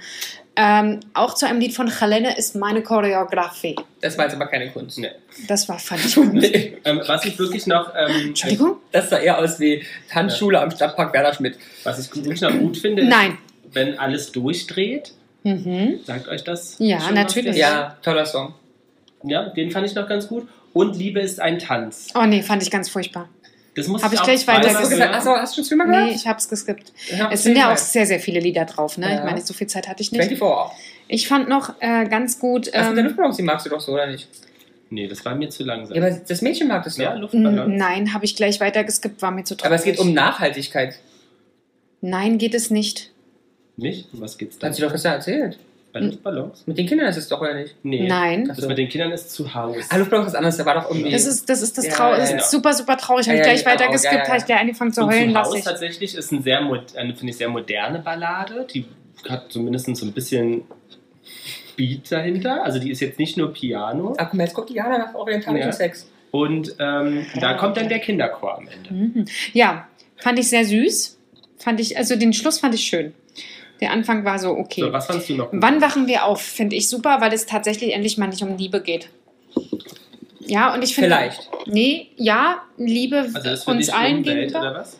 [SPEAKER 2] Ähm, auch zu einem Lied von Helena ist meine Choreografie.
[SPEAKER 1] Das war jetzt aber keine Kunst.
[SPEAKER 4] Nee.
[SPEAKER 2] Das war fand ich gut.
[SPEAKER 1] Nee,
[SPEAKER 4] Ähm, was ich wirklich noch, ähm,
[SPEAKER 2] Entschuldigung?
[SPEAKER 1] das sah eher aus wie Tanzschule am Stadtpark Werder Schmidt.
[SPEAKER 4] was ich wirklich noch gut finde, ist,
[SPEAKER 2] Nein.
[SPEAKER 4] wenn alles durchdreht.
[SPEAKER 2] Mhm.
[SPEAKER 4] Sagt euch das?
[SPEAKER 2] Ja,
[SPEAKER 4] schon was?
[SPEAKER 2] natürlich.
[SPEAKER 1] Ja, toller Song.
[SPEAKER 4] Ja, den fand ich noch ganz gut. Und Liebe ist ein Tanz.
[SPEAKER 2] Oh nee, fand ich ganz furchtbar.
[SPEAKER 4] Das muss
[SPEAKER 2] Hab ich
[SPEAKER 4] auch
[SPEAKER 2] gleich
[SPEAKER 4] beides
[SPEAKER 2] weiter-
[SPEAKER 1] Hast du,
[SPEAKER 4] hören.
[SPEAKER 1] gesagt, achso, hast du schon Swimmer gehört?
[SPEAKER 2] Nee, ich hab's geskippt.
[SPEAKER 1] Ich hab
[SPEAKER 2] Es sind ja auch
[SPEAKER 1] Swimmer.
[SPEAKER 2] sehr, sehr viele Lieder drauf, ne?
[SPEAKER 1] Ja.
[SPEAKER 2] Ich meine, so viel Zeit hatte ich nicht.
[SPEAKER 1] 24 auch.
[SPEAKER 2] Ich fand noch äh, ganz gut.
[SPEAKER 1] Das mit der
[SPEAKER 2] Ähm,
[SPEAKER 1] Luftballons, die magst du doch so, oder nicht?
[SPEAKER 4] Nee, das war mir zu langsam.
[SPEAKER 1] Ja, aber das Mädchen mag das ja.
[SPEAKER 4] ja, Luftballon.
[SPEAKER 2] n- nein, habe ich gleich weiter geskippt, war mir zu
[SPEAKER 1] Aber es geht um Nachhaltigkeit.
[SPEAKER 2] Nein, geht es nicht.
[SPEAKER 4] Nicht? Um was geht's
[SPEAKER 1] Das
[SPEAKER 4] da?
[SPEAKER 1] hat sie doch gestern erzählt.
[SPEAKER 4] Bei Luftballons?
[SPEAKER 1] Mit den Kindern ist es doch, oder nicht?
[SPEAKER 4] Nee.
[SPEAKER 2] Nein.
[SPEAKER 4] Das mit den Kindern ist zu Hause.
[SPEAKER 1] Ah, Luftballons ist anders, da war doch irgendwie.
[SPEAKER 2] Das ist das, ist das
[SPEAKER 1] Ja,
[SPEAKER 2] trau
[SPEAKER 1] ja,
[SPEAKER 2] das ist
[SPEAKER 4] ja.
[SPEAKER 2] super, super traurig. Habe
[SPEAKER 1] Ja,
[SPEAKER 2] ich
[SPEAKER 1] ja,
[SPEAKER 2] gleich
[SPEAKER 1] ich
[SPEAKER 2] weiter
[SPEAKER 1] auch. Ja,
[SPEAKER 2] geskippt,
[SPEAKER 1] ja, Um ja.
[SPEAKER 2] habe ich gleir angefangen zu
[SPEAKER 4] Und
[SPEAKER 2] heulen,
[SPEAKER 4] zu Haus
[SPEAKER 2] lasse ich.
[SPEAKER 4] tatsächlich ist ein sehr, mo- eine, finde ich, sehr moderne Ballade. Die hat zumindest so ein bisschen Beat dahinter. Also die ist jetzt nicht nur Piano.
[SPEAKER 1] Ah, guck mal, jetzt guckt die Jana nach orientalischen
[SPEAKER 4] Ja.
[SPEAKER 1] Sex.
[SPEAKER 4] Und ähm, da kommt dann der Kinderchor am Ende.
[SPEAKER 2] Mhm. Ja, fand ich sehr süß. Fand ich, also den Schluss fand ich schön. Der Anfang war so okay.
[SPEAKER 4] So, was fandst du noch? gut?
[SPEAKER 2] Wann wachen wir auf? Finde ich super, weil es tatsächlich endlich mal nicht um Liebe geht. Ja, und ich finde.
[SPEAKER 1] Vielleicht.
[SPEAKER 2] Nee, ja, Liebe
[SPEAKER 4] Also ist für
[SPEAKER 2] uns
[SPEAKER 4] dich
[SPEAKER 2] allen
[SPEAKER 4] Umwelt
[SPEAKER 2] gegenüber.
[SPEAKER 4] oder was?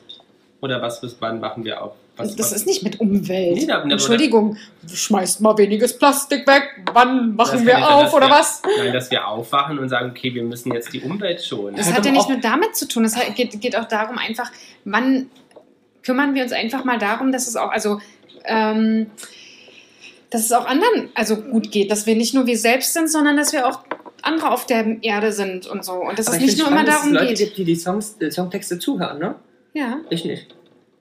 [SPEAKER 4] Oder was bis wann machen wir auf? Was,
[SPEAKER 2] das
[SPEAKER 4] was,
[SPEAKER 2] ist nicht mit Umwelt.
[SPEAKER 4] Nee, da- da-
[SPEAKER 2] Entschuldigung, schmeißt mal weniges Plastik weg. Wann machen
[SPEAKER 4] Das kann
[SPEAKER 2] wir
[SPEAKER 4] nicht sein,
[SPEAKER 2] auf
[SPEAKER 4] dass
[SPEAKER 2] oder
[SPEAKER 4] wir-
[SPEAKER 2] was?
[SPEAKER 4] Nein, dass wir aufwachen und sagen, okay, wir müssen jetzt die Umwelt schonen.
[SPEAKER 2] Das
[SPEAKER 1] Halt
[SPEAKER 2] hat ja
[SPEAKER 1] doch
[SPEAKER 2] nicht
[SPEAKER 1] auch-
[SPEAKER 2] nur damit zu tun. Es hat- geht, geht auch darum, einfach, wann kümmern wir uns einfach mal darum, dass es auch, also, ähm, dass es auch anderen also gut geht, dass wir nicht nur wir selbst sind, sondern dass wir auch andere auf der Erde sind und so. Und dass
[SPEAKER 1] Aber
[SPEAKER 2] es
[SPEAKER 1] ich
[SPEAKER 2] nicht
[SPEAKER 1] find
[SPEAKER 2] nur immer
[SPEAKER 1] spannend, dass
[SPEAKER 2] darum
[SPEAKER 1] es Leute
[SPEAKER 2] geht.
[SPEAKER 1] gibt, die die Songs, äh, Songtexte zuhören, ne?
[SPEAKER 2] Ja,
[SPEAKER 1] Ich nicht.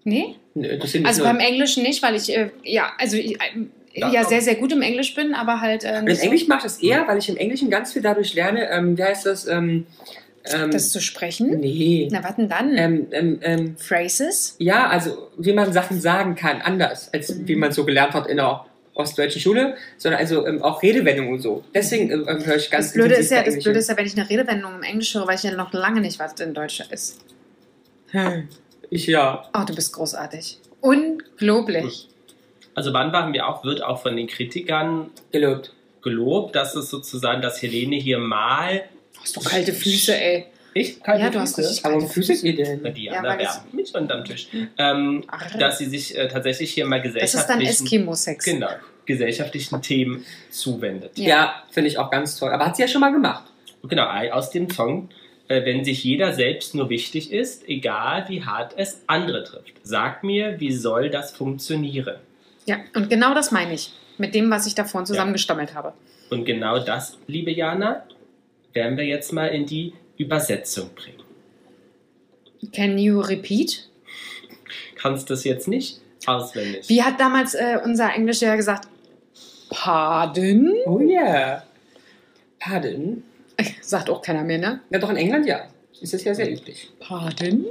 [SPEAKER 2] nee?
[SPEAKER 1] Nö, das sind
[SPEAKER 2] Also
[SPEAKER 1] nicht
[SPEAKER 2] beim
[SPEAKER 1] nur.
[SPEAKER 2] Englischen nicht, weil ich äh, ja, also ich, äh,
[SPEAKER 4] Ja,
[SPEAKER 2] ja
[SPEAKER 4] doch.
[SPEAKER 2] sehr, sehr gut im Englisch bin, aber halt äh,
[SPEAKER 1] Und
[SPEAKER 2] nicht
[SPEAKER 1] in Englisch mache ich das eher, weil ich im Englischen ganz viel dadurch lerne, ähm, wie heißt das? Ähm, ähm,
[SPEAKER 2] so, das zu sprechen.
[SPEAKER 1] nee.
[SPEAKER 2] Na, hm. was denn dann?
[SPEAKER 1] Ähm, ähm, ähm,
[SPEAKER 2] Phrases?
[SPEAKER 1] ja, also wie man Sachen sagen kann, anders, als
[SPEAKER 2] Mhm.
[SPEAKER 1] wie man so gelernt hat in der ostdeutschen Schule, sondern also ähm, auch Redewendungen und so. Deswegen ähm, ähm, höre ich ganz
[SPEAKER 2] Das Blöde,
[SPEAKER 1] intensiv
[SPEAKER 2] ist ja,
[SPEAKER 1] bei
[SPEAKER 2] das
[SPEAKER 1] Englisch
[SPEAKER 2] Blöde
[SPEAKER 1] hin.
[SPEAKER 2] ist ja, wenn ich eine Redewendung im Englisch höre, weil ich ja noch lange nicht was in Deutsch ist.
[SPEAKER 1] Hm. Ich ja.
[SPEAKER 2] Oh, du bist großartig. Unglaublich.
[SPEAKER 4] Also wann wachen wir auf, wird auch von den Kritikern
[SPEAKER 1] Gelobt.
[SPEAKER 4] gelobt, dass es sozusagen, dass Helene hier mal
[SPEAKER 2] Hast du kalte Füße, ey.
[SPEAKER 4] ich kann
[SPEAKER 2] Ja,
[SPEAKER 4] die
[SPEAKER 2] du hast
[SPEAKER 4] Füße-
[SPEAKER 2] richtig-
[SPEAKER 1] Aber wo füßelt ihr denn?
[SPEAKER 4] die
[SPEAKER 2] Ja,
[SPEAKER 4] Jana
[SPEAKER 2] weil das-
[SPEAKER 4] wärmt mich unterm Tisch. Ähm,
[SPEAKER 2] Ach,
[SPEAKER 4] dass sie sich äh, tatsächlich hier mal
[SPEAKER 2] das ist dann
[SPEAKER 4] gesellschaftlichen,
[SPEAKER 2] Eskimo-Sex.
[SPEAKER 4] genau, gesellschaftlichen Themen zuwendet.
[SPEAKER 1] Ja, finde ich auch ganz toll. Aber hat sie ja schon mal gemacht.
[SPEAKER 4] Genau, aus dem Song, äh, wenn sich jeder selbst nur wichtig ist, egal wie hart es andere trifft. Sag mir, wie soll das funktionieren?
[SPEAKER 2] Ja, und genau das meine ich. Mit dem, was ich da vorhin zusammengestammelt habe.
[SPEAKER 4] Und genau das, liebe Jana, werden wir jetzt mal in die Übersetzung bringen.
[SPEAKER 2] Can you repeat?
[SPEAKER 4] Kannst das jetzt nicht auswendig?
[SPEAKER 2] Wie hat damals äh, unser Englischlehrer gesagt? Pardon?
[SPEAKER 1] Oh yeah. Pardon?
[SPEAKER 2] Sagt auch keiner mehr, ne?
[SPEAKER 1] Ja, doch in England ja. Ist das ja sehr üblich.
[SPEAKER 2] Pardon?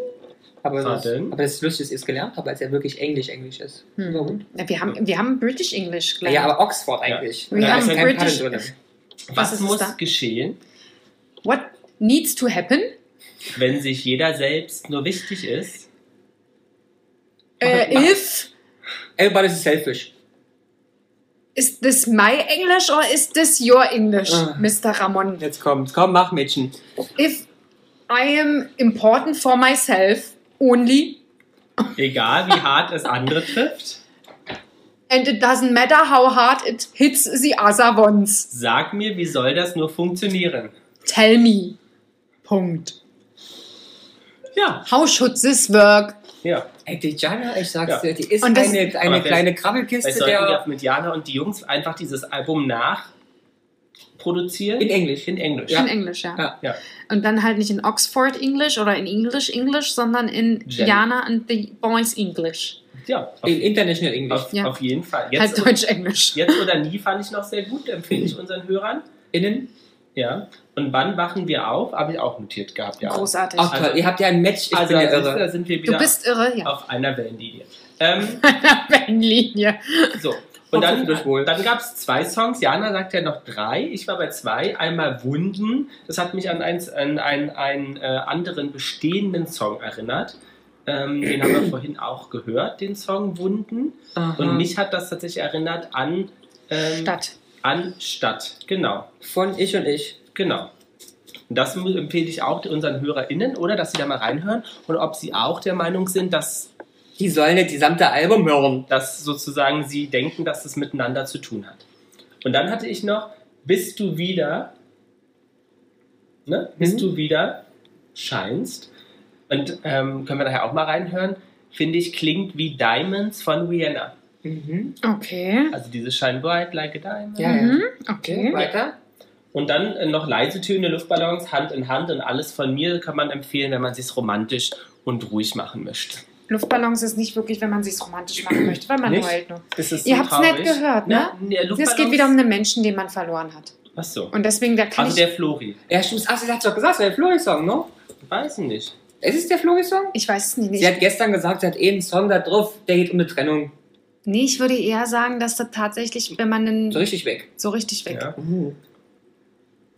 [SPEAKER 1] Aber, das,
[SPEAKER 4] Pardon?
[SPEAKER 1] aber das ist lustig, dass ihr es gelernt habt, weil es ja wirklich Englisch-Englisch ist.
[SPEAKER 2] Hm.
[SPEAKER 1] So gut.
[SPEAKER 2] Na, wir, haben, wir haben British English
[SPEAKER 1] Ja,
[SPEAKER 2] gelernt.
[SPEAKER 1] aber Oxford eigentlich.
[SPEAKER 2] Ja.
[SPEAKER 1] Und
[SPEAKER 2] We
[SPEAKER 1] da ist
[SPEAKER 2] are
[SPEAKER 1] kein
[SPEAKER 2] British-
[SPEAKER 1] Pardon drin.
[SPEAKER 2] was
[SPEAKER 4] Was,
[SPEAKER 2] ist es
[SPEAKER 4] muss
[SPEAKER 2] da?
[SPEAKER 4] geschehen,
[SPEAKER 2] What needs to happen?
[SPEAKER 4] wenn sich jeder selbst nur wichtig ist?
[SPEAKER 2] Äh,
[SPEAKER 1] Mach-
[SPEAKER 2] if
[SPEAKER 1] Everybody's selfish.
[SPEAKER 2] is this my English or is this your English,
[SPEAKER 1] Ah.
[SPEAKER 2] Mr. Ramon?
[SPEAKER 1] Jetzt kommt's. Komm, mach Mädchen.
[SPEAKER 2] If I am important for myself only
[SPEAKER 4] Egal wie hart es andere trifft?
[SPEAKER 2] and it doesn't matter how hard it hits the other ones.
[SPEAKER 4] Sag mir, wie soll das nur funktionieren?
[SPEAKER 2] Tell me. Punkt.
[SPEAKER 4] Ja,
[SPEAKER 2] How should this work?
[SPEAKER 4] ja.
[SPEAKER 1] Ey, die Jana, ich sag's
[SPEAKER 4] Ja.
[SPEAKER 1] dir, die ist
[SPEAKER 2] Und das-
[SPEAKER 1] eine,
[SPEAKER 4] Aber
[SPEAKER 1] eine
[SPEAKER 4] vielleicht-
[SPEAKER 1] kleine
[SPEAKER 4] Vielleicht
[SPEAKER 1] Krabbelkiste
[SPEAKER 4] sollten wir
[SPEAKER 1] der.
[SPEAKER 4] mit Jana und die Jungs einfach dieses Album nachproduzieren produziert.
[SPEAKER 1] In Englisch.
[SPEAKER 4] In Englisch.
[SPEAKER 2] In Englisch, ja.
[SPEAKER 1] Ja.
[SPEAKER 4] Ja.
[SPEAKER 2] Und dann halt nicht in Oxford English oder in English English, sondern in
[SPEAKER 1] Gen-
[SPEAKER 2] Jana and the Boys English.
[SPEAKER 4] ja auf,
[SPEAKER 1] In International English.
[SPEAKER 4] auf,
[SPEAKER 2] Ja.
[SPEAKER 4] auf jeden Fall.
[SPEAKER 2] Halt
[SPEAKER 4] Jetzt,
[SPEAKER 2] Deutsch-Englisch.
[SPEAKER 4] jetzt oder nie fand ich noch sehr gut, empfehle ich unseren Hörern.
[SPEAKER 1] Innen.
[SPEAKER 4] Ja. Und wann wachen wir auf? Habe ich auch notiert gehabt, ja.
[SPEAKER 2] Großartig.
[SPEAKER 1] Ach toll, ihr habt ja ein Match. Ich
[SPEAKER 4] Also
[SPEAKER 1] bin
[SPEAKER 4] da,
[SPEAKER 1] ja
[SPEAKER 4] siehst du,
[SPEAKER 1] irre.
[SPEAKER 4] da sind wir wieder
[SPEAKER 2] du bist irre, ja.
[SPEAKER 4] auf einer Wellenlinie. Ähm,
[SPEAKER 2] Linie.
[SPEAKER 4] so. Und dann,
[SPEAKER 1] Hoffentlich wohl.
[SPEAKER 4] dann gab es zwei Songs. Jana sagt ja noch drei. Ich war bei zwei. Einmal Wunden. Das hat mich an, eins, an einen, einen äh, anderen bestehenden Song erinnert. Ähm, den haben wir vorhin auch gehört, den Song Wunden.
[SPEAKER 1] Aha.
[SPEAKER 4] Und mich hat das tatsächlich erinnert an, ähm,
[SPEAKER 2] Ah. Stadt.
[SPEAKER 4] an Stadt. Genau,
[SPEAKER 1] Von ich und ich.
[SPEAKER 4] genau. Und das mu- empfehle ich auch unseren HörerInnen, oder? Dass sie da mal reinhören und ob sie auch der Meinung sind, dass,
[SPEAKER 1] Die sollen das gesamte Album hören.
[SPEAKER 4] dass sozusagen sie denken, dass das miteinander zu tun hat. Und dann hatte ich noch, bist du wieder, ne? Bist
[SPEAKER 1] Mhm.
[SPEAKER 4] du wieder scheinst. Und ähm, können wir daher auch mal reinhören. Finde ich, klingt wie Diamonds von Rihanna.
[SPEAKER 1] Mhm.
[SPEAKER 2] Okay.
[SPEAKER 4] Also diese Shine Bright Like a Diamond.
[SPEAKER 1] Ja,
[SPEAKER 2] Mhm.
[SPEAKER 1] ja.
[SPEAKER 2] Okay.
[SPEAKER 1] Weiter.
[SPEAKER 4] Und dann äh, noch leise Töne, Luftballons, Hand in Hand und alles von mir kann man empfehlen, wenn man sich romantisch und ruhig machen möchte.
[SPEAKER 2] Luftballons ist nicht wirklich, wenn man sich's romantisch machen möchte, weil man
[SPEAKER 4] Nicht?
[SPEAKER 2] heult nur.
[SPEAKER 4] Das ist
[SPEAKER 2] Ihr habt's nicht gehört, ne? Es geht wieder um einen Menschen, den man verloren hat.
[SPEAKER 4] Achso.
[SPEAKER 2] Und deswegen, da kann
[SPEAKER 4] Also
[SPEAKER 2] ich.
[SPEAKER 4] der Flori.
[SPEAKER 1] Ja, stimmt. Ach, sie hat doch gesagt, es wäre der Flori-Song, ne?
[SPEAKER 4] Weiß nicht.
[SPEAKER 1] Ist es der Flori-Song?
[SPEAKER 2] Ich weiß es nicht.
[SPEAKER 1] Sie hat gestern gesagt, sie hat eh einen Song da drauf, der geht um eine Trennung.
[SPEAKER 2] Nee, ich würde eher sagen, dass das tatsächlich, wenn man den
[SPEAKER 1] So richtig weg.
[SPEAKER 2] so richtig weg,
[SPEAKER 4] Ja.
[SPEAKER 1] Uh,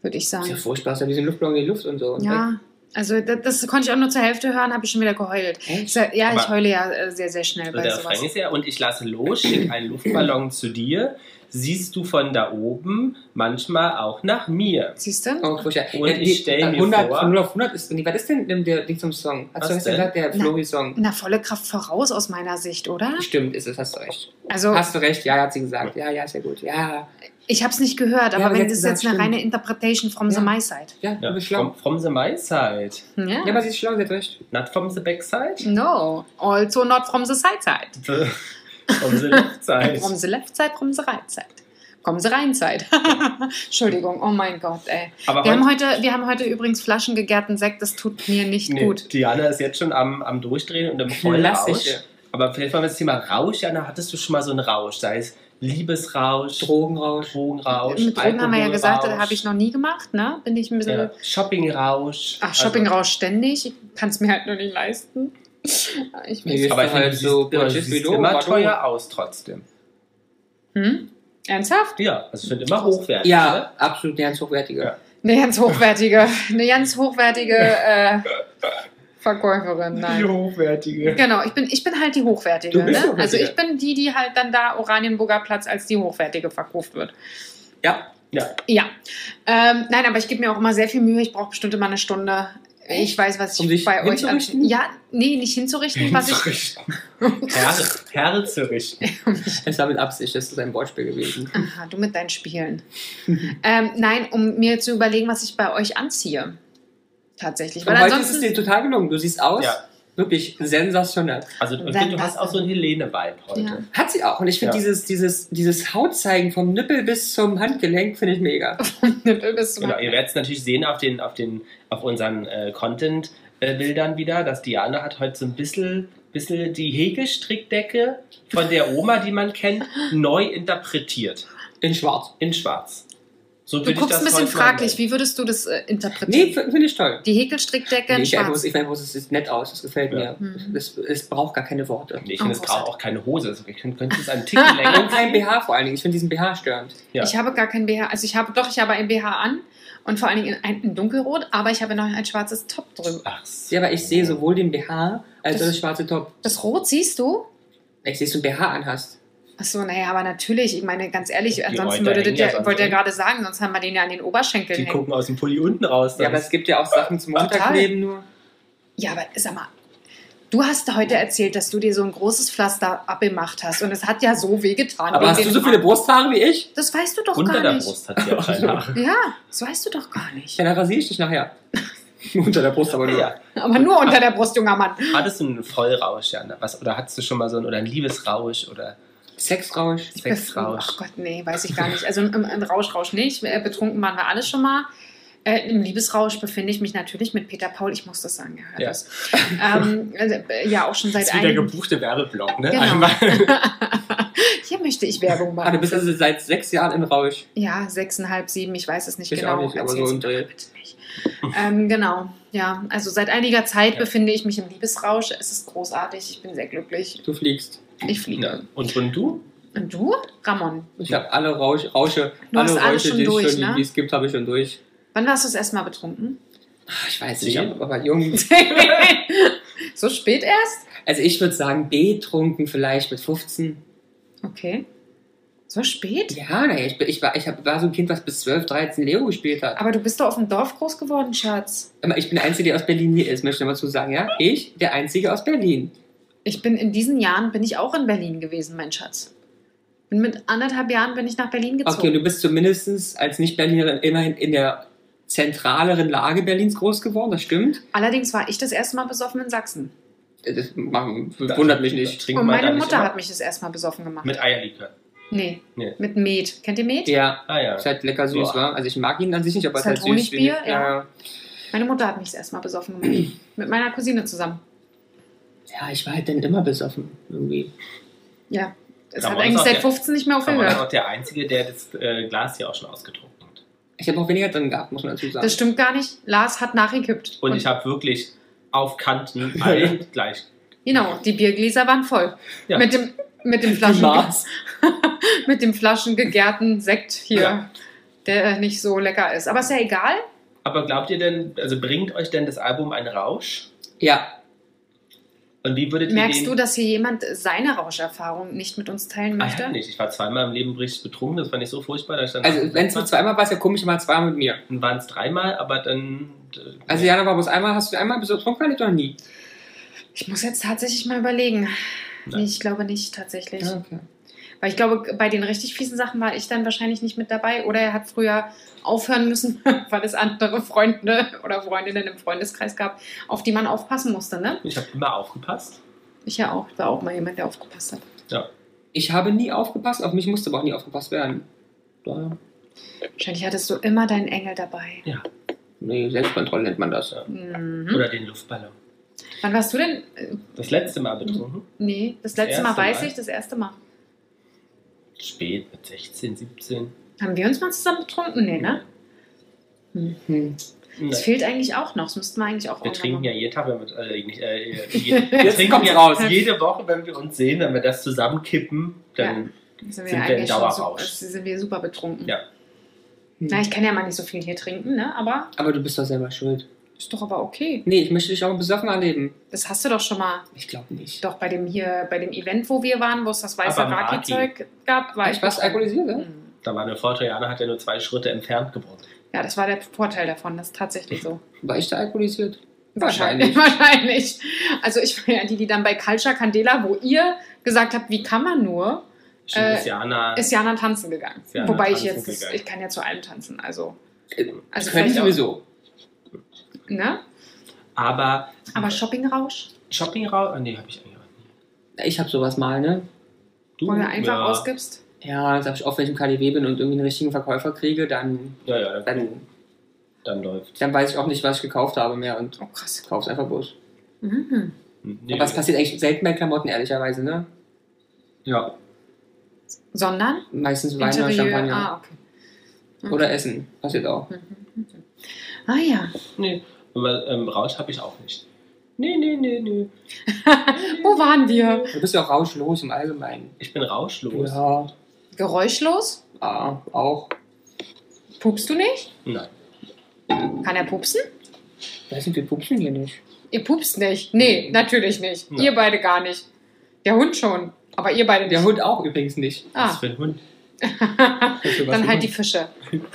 [SPEAKER 2] würde ich
[SPEAKER 1] ist ja
[SPEAKER 2] sagen.
[SPEAKER 1] furchtbar, ist ja wie so ein Luftballon in die Luft und so. Und weg.
[SPEAKER 2] Ja, also das, das konnte ich auch nur zur Hälfte hören, habe ich schon wieder geheult. Ich
[SPEAKER 1] Echt?
[SPEAKER 2] sag, ja,
[SPEAKER 4] Aber-
[SPEAKER 2] ich heule ja äh, sehr, sehr schnell
[SPEAKER 4] Und
[SPEAKER 2] bei
[SPEAKER 4] Also der Refrain
[SPEAKER 2] sowas.
[SPEAKER 4] ist ja, und ich lasse los, schick einen Luftballon zu dir, siehst du von da oben, manchmal auch nach mir.
[SPEAKER 2] Siehst du?
[SPEAKER 1] Oh, furchtbar.
[SPEAKER 4] Und ich stell mir
[SPEAKER 1] 100,
[SPEAKER 4] vor-
[SPEAKER 1] Von 0 auf 100 ist, nee, was ist denn der, der Ding zum Song? Hast
[SPEAKER 4] Was
[SPEAKER 1] du hast
[SPEAKER 4] denn?
[SPEAKER 1] gesagt, der
[SPEAKER 2] Na.
[SPEAKER 1] Flori-Song?
[SPEAKER 2] Na, volle Kraft voraus aus meiner Sicht, oder?
[SPEAKER 1] Stimmt, ist es, hast du recht.
[SPEAKER 2] Also,
[SPEAKER 1] Hast du recht, ja, hat sie gesagt. Ja, ja, ist ja gut. Ja,
[SPEAKER 2] ich habe es nicht gehört, aber
[SPEAKER 1] aber
[SPEAKER 2] wenn
[SPEAKER 1] jetzt
[SPEAKER 2] das jetzt
[SPEAKER 1] gesagt,
[SPEAKER 2] eine
[SPEAKER 1] stimmt.
[SPEAKER 2] reine Interpretation from the
[SPEAKER 1] Ja.
[SPEAKER 2] my side.
[SPEAKER 1] ja,
[SPEAKER 4] Ja,
[SPEAKER 1] du bist
[SPEAKER 4] from,
[SPEAKER 1] schlau.
[SPEAKER 4] from the my side.
[SPEAKER 2] Ja?
[SPEAKER 1] Ja, aber sie ist schlau, sie hat recht.
[SPEAKER 4] Not from the backside?
[SPEAKER 2] No, also not from the side side.
[SPEAKER 4] from the left side.
[SPEAKER 2] From the left side, from the right side. From the rein side. Entschuldigung, oh mein Gott, ey.
[SPEAKER 4] Aber
[SPEAKER 2] Wir haben, heute, wir haben heute übrigens Flaschen gegärten Sekt, das tut mir nicht
[SPEAKER 4] Nee,
[SPEAKER 2] gut.
[SPEAKER 4] Diana ist jetzt schon am, am Durchdrehen und im vollen
[SPEAKER 1] Klassische.
[SPEAKER 4] Rausch. Aber vielleicht mal das Thema Rausch. Jana, hattest du schon mal so einen Rausch? Sei es Liebesrausch,
[SPEAKER 1] Drogenrausch.
[SPEAKER 4] Drogenrausch,
[SPEAKER 2] Mit Drogen haben wir ja gesagt, das
[SPEAKER 4] Alkoholrausch,
[SPEAKER 2] habe ich noch nie gemacht, ne? Bin ich ein bisschen.
[SPEAKER 4] ja, Also- Shoppingrausch.
[SPEAKER 2] Ach, Shoppingrausch ständig, ich kann es mir halt nur nicht leisten. Ich
[SPEAKER 1] Nee,
[SPEAKER 2] weiß.
[SPEAKER 1] wir-
[SPEAKER 4] Also, aber ich
[SPEAKER 1] Ist
[SPEAKER 4] finde,
[SPEAKER 1] halt
[SPEAKER 4] du
[SPEAKER 1] so
[SPEAKER 4] siehst, immer,
[SPEAKER 1] Budget
[SPEAKER 4] siehst
[SPEAKER 1] wie du,
[SPEAKER 4] immer
[SPEAKER 1] Badu.
[SPEAKER 4] teuer aus trotzdem.
[SPEAKER 2] Hm? Ernsthaft?
[SPEAKER 4] Ja, also ich finde immer hochwertig.
[SPEAKER 1] Ja, absolut eine ganz hochwertige.
[SPEAKER 4] Ja.
[SPEAKER 2] Eine ganz hochwertige, eine ganz hochwertige äh, Verkäuferin, nein.
[SPEAKER 4] hochwertige.
[SPEAKER 2] Genau, ich bin, ich bin halt die Hochwertige.
[SPEAKER 1] Du bist
[SPEAKER 2] ne?
[SPEAKER 1] Hochwertige.
[SPEAKER 2] Also ich bin die, die halt dann da Oranienburger Platz als die Hochwertige verkauft wird.
[SPEAKER 1] Ja.
[SPEAKER 4] Ja,
[SPEAKER 2] Ja. Ähm, nein, aber ich gebe mir auch immer sehr viel Mühe. Ich brauche bestimmt immer eine Stunde. Ich weiß, was ich
[SPEAKER 1] Um dich
[SPEAKER 2] bei euch an,
[SPEAKER 1] hinzurichten?
[SPEAKER 2] Ja, nee, nicht hinzurichten, was ich.
[SPEAKER 4] Herz, Herz zu richten.
[SPEAKER 1] Es war mit Absicht, das ist ein Wortspiel gewesen.
[SPEAKER 2] Aha, du mit deinen Spielen. ähm, nein, um mir zu überlegen, was ich bei euch anziehe. Tatsächlich. Weil
[SPEAKER 1] Und heute ist es
[SPEAKER 2] ansonsten.
[SPEAKER 1] dir total gelungen. Du siehst aus,
[SPEAKER 4] Ja.
[SPEAKER 1] wirklich sensationell.
[SPEAKER 4] Also und
[SPEAKER 2] Wenn
[SPEAKER 4] du
[SPEAKER 2] das
[SPEAKER 4] hast auch so einen Helene-Vibe heute.
[SPEAKER 2] Ja.
[SPEAKER 1] Hat sie auch. Und ich finde
[SPEAKER 4] Ja.
[SPEAKER 1] dieses, dieses, dieses Hautzeigen vom Nippel bis zum Handgelenk finde ich mega.
[SPEAKER 2] bist du
[SPEAKER 4] Genau, ihr werdet es natürlich sehen auf, den, auf, den, auf unseren äh, Content-Bildern wieder, dass Diana hat heute so ein bisschen, bisschen die Häkelstrickdecke von der Oma, die man kennt, neu interpretiert.
[SPEAKER 1] In schwarz.
[SPEAKER 4] In schwarz. So
[SPEAKER 2] du
[SPEAKER 4] würde ich
[SPEAKER 2] guckst
[SPEAKER 4] das
[SPEAKER 2] ein bisschen
[SPEAKER 4] heute mal
[SPEAKER 2] fraglich.
[SPEAKER 4] nennen.
[SPEAKER 2] Wie würdest du das äh,
[SPEAKER 1] Nee,
[SPEAKER 2] interpretieren?
[SPEAKER 1] f- finde ich toll.
[SPEAKER 2] die Häkelstrickdecke
[SPEAKER 1] Nee,
[SPEAKER 2] in
[SPEAKER 1] ich einfach,
[SPEAKER 2] schwarz.
[SPEAKER 1] ich einfach, es sieht nett aus, das gefällt
[SPEAKER 4] Ja.
[SPEAKER 1] mir.
[SPEAKER 2] Mhm.
[SPEAKER 1] Es, es braucht gar keine Worte.
[SPEAKER 4] Nee, ich finde,
[SPEAKER 2] Oh,
[SPEAKER 4] es braucht
[SPEAKER 2] großartig.
[SPEAKER 4] auch keine Hose. Also, ihr könnt, könnt es einen Ticken länger.
[SPEAKER 1] Und kein BH vor allen Dingen. Ich finde diesen BH störend.
[SPEAKER 4] Ja.
[SPEAKER 2] Ich habe gar kein BH. Also ich habe doch, ich habe ein BH an und vor allen Dingen ein, ein dunkelrot, aber ich habe noch ein schwarzes Top drüber.
[SPEAKER 4] Ach so.
[SPEAKER 1] Ja, aber ich sehe sowohl den BH als auch
[SPEAKER 2] Das-
[SPEAKER 1] das schwarze Top.
[SPEAKER 2] Das Rot siehst du?
[SPEAKER 1] Ich sehe, dass du einen BH anhast.
[SPEAKER 2] Achso, naja, aber natürlich, ich meine, ganz ehrlich, ansonsten
[SPEAKER 4] Reuter
[SPEAKER 2] würde
[SPEAKER 4] hängen
[SPEAKER 2] das
[SPEAKER 4] ja
[SPEAKER 2] ja,
[SPEAKER 4] sonst
[SPEAKER 2] wollte ja
[SPEAKER 4] drin.
[SPEAKER 2] gerade sagen, sonst haben wir den ja an den Oberschenkeln
[SPEAKER 4] Die
[SPEAKER 2] hängen.
[SPEAKER 4] gucken aus dem Pulli unten raus.
[SPEAKER 1] Ja, aber es
[SPEAKER 4] sonst-
[SPEAKER 1] gibt ja auch Sachen zum
[SPEAKER 2] Total.
[SPEAKER 1] Runterkleben nur.
[SPEAKER 2] Ja, aber sag mal, du hast heute erzählt, dass du dir so ein großes Pflaster abgemacht hast und es hat ja so wehgetan.
[SPEAKER 1] Aber
[SPEAKER 2] wegen
[SPEAKER 1] hast du
[SPEAKER 2] den
[SPEAKER 1] so viele
[SPEAKER 2] Haaren.
[SPEAKER 1] Brusthaare wie ich?
[SPEAKER 2] Das weißt du doch
[SPEAKER 4] unter
[SPEAKER 2] gar
[SPEAKER 4] der
[SPEAKER 2] nicht.
[SPEAKER 4] Brust hat sie auch keine Haare.
[SPEAKER 2] Ja, das weißt du doch gar nicht.
[SPEAKER 1] Ja, dann rasiere ich dich nachher. Unter der Brust aber nur.
[SPEAKER 4] Ja.
[SPEAKER 2] Aber nur unter der Brust, junger Mann.
[SPEAKER 4] Hattest du einen Vollrausch, Jana? Was, oder hattest du schon mal so einen, oder einen Liebesrausch? Oder
[SPEAKER 1] Sexrausch.
[SPEAKER 4] Sexrausch.
[SPEAKER 2] Ach Gott, nee, weiß ich gar nicht. Also im, im Rausch, Rausch nicht. Äh, Betrunken waren wir alle schon mal. Äh, Im Liebesrausch befinde ich mich natürlich mit Peter Paul. Ich muss das sagen, er hört
[SPEAKER 4] Ja.
[SPEAKER 2] das. Ähm, äh, ja, auch schon
[SPEAKER 4] Das
[SPEAKER 2] seit
[SPEAKER 4] ist wie der
[SPEAKER 2] einem...
[SPEAKER 4] gebuchte Werbeblock, ne?
[SPEAKER 2] Genau.
[SPEAKER 4] Einmal.
[SPEAKER 2] Hier möchte ich Werbung
[SPEAKER 1] Ah,
[SPEAKER 2] machen.
[SPEAKER 1] du bist also seit sechs Jahren im Rausch.
[SPEAKER 2] Ja, sechseinhalb, sieben, ich weiß es nicht
[SPEAKER 1] Ich
[SPEAKER 2] genau.
[SPEAKER 1] auch nicht, aber so
[SPEAKER 2] Erzähl's
[SPEAKER 1] im
[SPEAKER 2] mir
[SPEAKER 1] Dreh.
[SPEAKER 2] doch bitte nicht. ähm, genau, ja. Also seit einiger Zeit
[SPEAKER 4] Ja.
[SPEAKER 2] befinde ich mich im Liebesrausch. Es ist großartig, ich bin sehr glücklich.
[SPEAKER 1] Du fliegst.
[SPEAKER 2] Ich fliege.
[SPEAKER 4] Und, und du?
[SPEAKER 2] Und du, Ramon?
[SPEAKER 1] Ich habe alle Rausch, Rausche,
[SPEAKER 2] Du
[SPEAKER 1] alle
[SPEAKER 2] hast
[SPEAKER 1] Räusche,
[SPEAKER 2] alles schon
[SPEAKER 1] die, es
[SPEAKER 2] durch,
[SPEAKER 1] schon,
[SPEAKER 2] ne?
[SPEAKER 1] die es gibt, habe ich schon durch.
[SPEAKER 2] Wann warst du das erste Mal betrunken?
[SPEAKER 1] Ach, ich weiß
[SPEAKER 4] Sie?
[SPEAKER 1] nicht, aber, aber jung.
[SPEAKER 2] so spät erst?
[SPEAKER 1] Also ich würde sagen, betrunken vielleicht mit 15.
[SPEAKER 2] Okay. So spät?
[SPEAKER 1] Ja, naja, ich, bin- ich, war, ich hab, war so ein Kind, was bis 12, 13 Leo gespielt hat.
[SPEAKER 2] Aber du bist doch auf dem Dorf groß geworden, Schatz.
[SPEAKER 1] Aber ich bin der Einzige, der aus Berlin hier ist, möchte ich mal zu sagen, ja? Ich, der Einzige aus Berlin.
[SPEAKER 2] Ich bin in diesen Jahren bin ich auch in Berlin gewesen, mein Schatz. Bin mit anderthalb Jahren bin ich nach Berlin gezogen.
[SPEAKER 1] Okay, und du bist zumindest als Nicht-Berlinerin immerhin in der zentraleren Lage Berlins groß geworden, das stimmt.
[SPEAKER 2] Allerdings war ich das erste Mal besoffen in Sachsen.
[SPEAKER 1] Das machen- wundert mich nicht.
[SPEAKER 4] Trinkt
[SPEAKER 2] Und
[SPEAKER 4] man da
[SPEAKER 2] meine
[SPEAKER 4] nicht
[SPEAKER 2] Mutter
[SPEAKER 4] immer?
[SPEAKER 2] hat mich das erstmal besoffen gemacht.
[SPEAKER 4] Mit Eierlikör.
[SPEAKER 2] nee,
[SPEAKER 4] Nee.
[SPEAKER 2] mit Met. Kennt ihr Met?
[SPEAKER 1] Ja,
[SPEAKER 4] Ah ja.
[SPEAKER 1] ist halt lecker süß,
[SPEAKER 4] Ja.
[SPEAKER 1] wa? Also ich mag ihn an sich nicht, aber
[SPEAKER 2] Ist
[SPEAKER 1] es ist halt
[SPEAKER 2] halt
[SPEAKER 1] süß.
[SPEAKER 2] Honigbier,
[SPEAKER 1] wenig-
[SPEAKER 2] ja.
[SPEAKER 1] ja.
[SPEAKER 2] Meine Mutter hat mich das erstmal besoffen gemacht. mit meiner Cousine zusammen.
[SPEAKER 1] Ja, ich war halt dann immer besoffen, irgendwie.
[SPEAKER 2] Ja. Es
[SPEAKER 4] Ramon
[SPEAKER 2] hat
[SPEAKER 4] ist
[SPEAKER 2] eigentlich
[SPEAKER 4] auch
[SPEAKER 2] seit
[SPEAKER 4] der-
[SPEAKER 2] 15 nicht mehr
[SPEAKER 4] Ramon ist
[SPEAKER 2] aufgehört.
[SPEAKER 4] auch der Einzige, der das äh, Glas hier auch schon ausgetrunken hat.
[SPEAKER 1] Ich habe auch weniger drin gehabt, muss man dazu sagen.
[SPEAKER 2] Das stimmt gar nicht. Lars hat nachgekippt.
[SPEAKER 4] Und ich habe wirklich auf Kanten alle gleich.
[SPEAKER 2] Genau, die Biergläser waren voll.
[SPEAKER 4] Ja.
[SPEAKER 2] Mit dem mit dem Flaschen
[SPEAKER 1] Maß.
[SPEAKER 2] mit dem flaschengegärten Sekt hier,
[SPEAKER 4] Ja.
[SPEAKER 2] der nicht so lecker ist. Aber ist ja egal.
[SPEAKER 4] Aber glaubt ihr denn, also bringt euch denn das Album einen Rausch?
[SPEAKER 1] Ja,
[SPEAKER 4] Und wie würdet ihr
[SPEAKER 2] Merkst
[SPEAKER 4] den...
[SPEAKER 2] du, dass hier jemand seine Rauscherfahrung nicht mit uns teilen
[SPEAKER 4] Ah, ich
[SPEAKER 2] möchte?
[SPEAKER 4] hab nicht. Ich war zweimal im Leben richtig betrunken. Das fand ich so furchtbar. Dass ich dann
[SPEAKER 1] also wenn es nur zweimal war, ist ja komisch, mal zweimal mit mir.
[SPEAKER 4] Dann waren es dreimal, aber dann... äh,
[SPEAKER 1] Also Jana war bloß einmal, hast du einmal betrunken erlebt oder nie?
[SPEAKER 2] Ich muss jetzt tatsächlich mal überlegen.
[SPEAKER 4] Nein.
[SPEAKER 2] Nee, ich glaube nicht tatsächlich.
[SPEAKER 1] Ja, okay.
[SPEAKER 2] Weil ich glaube, bei den richtig fiesen Sachen war ich dann wahrscheinlich nicht mit dabei. Oder er hat früher aufhören müssen, weil es andere Freunde oder Freundinnen im Freundeskreis gab, auf die man aufpassen musste, ne?
[SPEAKER 4] Ich habe immer aufgepasst.
[SPEAKER 2] Ich ja auch. Ich war auch mal jemand, der aufgepasst hat.
[SPEAKER 1] Ich habe nie aufgepasst, auf mich musste aber auch nie aufgepasst werden. Daher,
[SPEAKER 2] Wahrscheinlich hattest du immer deinen Engel dabei.
[SPEAKER 1] Nee, Selbstkontrolle nennt man das.
[SPEAKER 2] Mhm.
[SPEAKER 4] Oder den Luftballon.
[SPEAKER 2] Wann warst du denn? äh,
[SPEAKER 4] Das letzte Mal betrunken?
[SPEAKER 2] Nee, das letzte Mal
[SPEAKER 4] erste
[SPEAKER 2] weiß
[SPEAKER 4] Mal?
[SPEAKER 2] ich, das erste Mal.
[SPEAKER 4] Spät, mit 16, 17.
[SPEAKER 2] Haben wir uns mal zusammen betrunken? Nee, ne?
[SPEAKER 1] Hm.
[SPEAKER 4] Nein.
[SPEAKER 2] Das fehlt eigentlich auch noch. Das müssten wir eigentlich auch
[SPEAKER 4] Wir
[SPEAKER 2] irgendwann
[SPEAKER 4] trinken
[SPEAKER 2] machen.
[SPEAKER 4] ja jeden Tag, wenn wir, äh, nicht, äh, je, wir
[SPEAKER 1] Jetzt
[SPEAKER 4] trinken
[SPEAKER 1] kommt's
[SPEAKER 4] ja
[SPEAKER 1] raus.
[SPEAKER 4] jede Woche, wenn wir uns sehen, wenn wir das zusammenkippen, dann
[SPEAKER 2] Sind
[SPEAKER 4] Sind
[SPEAKER 2] ja
[SPEAKER 4] wir in
[SPEAKER 2] eigentlich schon so,
[SPEAKER 4] Dauerrausch.
[SPEAKER 2] sind wir super betrunken.
[SPEAKER 4] Ja.
[SPEAKER 2] Na, ich kann ja mal nicht so viel hier trinken, ne? Aber
[SPEAKER 1] Aber du bist doch selber schuld.
[SPEAKER 2] ist doch aber okay.
[SPEAKER 1] Nee, ich möchte dich auch besoffen erleben.
[SPEAKER 2] Das hast du doch schon mal.
[SPEAKER 1] Ich glaube nicht.
[SPEAKER 2] Doch bei dem hier, bei dem Event, wo wir waren, wo es das weiße
[SPEAKER 4] Aber Maki.
[SPEAKER 2] Raki-Zeug gab, war
[SPEAKER 1] War
[SPEAKER 2] ich.
[SPEAKER 1] ich fast alkoholisiert, ne?
[SPEAKER 2] Hm.
[SPEAKER 4] da war eine Vorteile, hat ja nur zwei Schritte entfernt gewonnen.
[SPEAKER 2] Ja, das war der Vorteil davon. Das ist tatsächlich so.
[SPEAKER 1] War ich da alkoholisiert? Wahrscheinlich.
[SPEAKER 2] Wahrscheinlich. Wahrscheinlich. Also ich war ja die, die dann bei Culture Candela, wo ihr gesagt habt, wie kann man nur,
[SPEAKER 4] Stimmt,
[SPEAKER 2] Äh,
[SPEAKER 4] ist Jana,
[SPEAKER 2] ist Jana tanzen gegangen.
[SPEAKER 4] Ist Jana
[SPEAKER 2] Wobei ich
[SPEAKER 4] tanzen
[SPEAKER 2] jetzt,
[SPEAKER 4] gegangen.
[SPEAKER 2] ich kann ja zu allem tanzen. Also,
[SPEAKER 1] Äh,
[SPEAKER 2] also
[SPEAKER 1] Könnte ich
[SPEAKER 2] vielleicht auch,
[SPEAKER 1] sowieso.
[SPEAKER 2] ne?
[SPEAKER 4] aber
[SPEAKER 2] Aber Shoppingrausch
[SPEAKER 4] Shoppingraum, ah, nee, habe ich eigentlich auch nie.
[SPEAKER 1] Ich habe sowas mal, ne?
[SPEAKER 4] Du,
[SPEAKER 2] wo du einfach
[SPEAKER 4] ja,
[SPEAKER 2] ausgibst.
[SPEAKER 1] Ja, sag ich oft, wenn ich im KDW bin und irgendwie einen richtigen Verkäufer kriege, dann,
[SPEAKER 4] Ja, ja, dann,
[SPEAKER 1] dann,
[SPEAKER 4] dann läuft.
[SPEAKER 1] dann weiß ich auch nicht, was ich gekauft habe mehr und
[SPEAKER 2] Oh krass.
[SPEAKER 1] kauf's einfach bloß.
[SPEAKER 2] Mhm.
[SPEAKER 4] Hm, Nee,
[SPEAKER 1] Aber es passiert echt selten bei Klamotten, ehrlicherweise, ne?
[SPEAKER 4] Ja,
[SPEAKER 2] Sondern
[SPEAKER 1] Meistens Wein oder
[SPEAKER 2] Interieur.
[SPEAKER 1] Champagner.
[SPEAKER 2] Ah, okay. Mhm.
[SPEAKER 1] Oder Essen. Passiert auch.
[SPEAKER 2] Mhm. Mhm. Ah ja.
[SPEAKER 4] nee. Aber ähm, Rausch habe ich auch nicht. Nee, nee, nee, nee.
[SPEAKER 2] Wo waren wir?
[SPEAKER 1] Du bist ja auch rauschlos im Allgemeinen.
[SPEAKER 4] Ich bin rauschlos.
[SPEAKER 1] Ja,
[SPEAKER 2] Geräuschlos?
[SPEAKER 1] ah, auch.
[SPEAKER 2] Pupst du nicht?
[SPEAKER 4] Nein.
[SPEAKER 2] Kann er pupsen?
[SPEAKER 1] Weiß nicht, wir pupsen hier nicht.
[SPEAKER 2] Ihr pupst nicht. Nee, natürlich nicht.
[SPEAKER 4] Ja.
[SPEAKER 2] Ihr beide gar nicht. Der Hund schon. Aber ihr beide nicht.
[SPEAKER 1] Der Hund auch übrigens nicht.
[SPEAKER 2] Ah,
[SPEAKER 4] Was für ein Hund.
[SPEAKER 2] dann halt die Fische.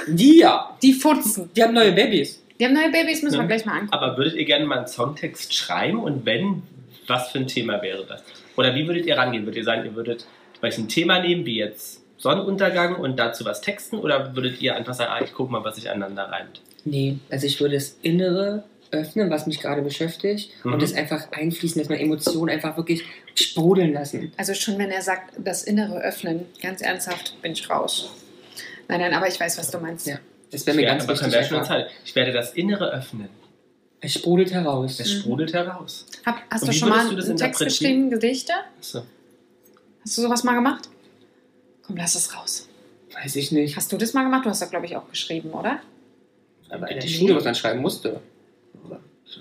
[SPEAKER 1] Die ja.
[SPEAKER 2] Die futzen.
[SPEAKER 1] Die haben neue Babys.
[SPEAKER 2] Die haben neue Babys, müssen
[SPEAKER 4] Ja.
[SPEAKER 2] wir gleich mal angucken.
[SPEAKER 4] Aber würdet ihr gerne mal einen Songtext schreiben und wenn, was für ein Thema wäre das? Oder wie würdet ihr rangehen? Würdet ihr sagen, ihr würdet vielleicht ein Thema nehmen, wie jetzt Sonnenuntergang und dazu was texten? Oder würdet ihr einfach sagen, ah, ich guck mal, was sich aneinander reimt?
[SPEAKER 1] Nee, also ich würde das Innere öffnen, was mich gerade beschäftigt
[SPEAKER 4] Mhm.
[SPEAKER 1] und das einfach einfließen, dass meine Emotionen einfach wirklich sprudeln lassen.
[SPEAKER 2] Also schon wenn er sagt, das Innere öffnen, ganz ernsthaft, bin ich raus. Nein, nein, aber ich weiß, was du meinst.
[SPEAKER 1] Ja. Das
[SPEAKER 4] Ich
[SPEAKER 1] wäre mir
[SPEAKER 4] werde,
[SPEAKER 1] ganz
[SPEAKER 4] aber können
[SPEAKER 1] wichtig.
[SPEAKER 4] wir
[SPEAKER 1] einfach.
[SPEAKER 4] schon Zeit. Ich werde das Innere öffnen.
[SPEAKER 1] Es sprudelt heraus.
[SPEAKER 4] Es sprudelt heraus.
[SPEAKER 2] Hab, hast
[SPEAKER 4] Und
[SPEAKER 2] du
[SPEAKER 4] wie
[SPEAKER 2] schon mal
[SPEAKER 4] würdest du das
[SPEAKER 2] einen Text
[SPEAKER 4] interpretieren?
[SPEAKER 2] geschrieben, Gedichte?
[SPEAKER 4] Achso.
[SPEAKER 2] Hast du sowas mal gemacht? Komm, lass es raus.
[SPEAKER 1] Weiß ich nicht.
[SPEAKER 2] Hast du das mal gemacht? Du hast doch, glaube ich, auch geschrieben, oder?
[SPEAKER 1] Aber in der Schule, was man schreiben musste.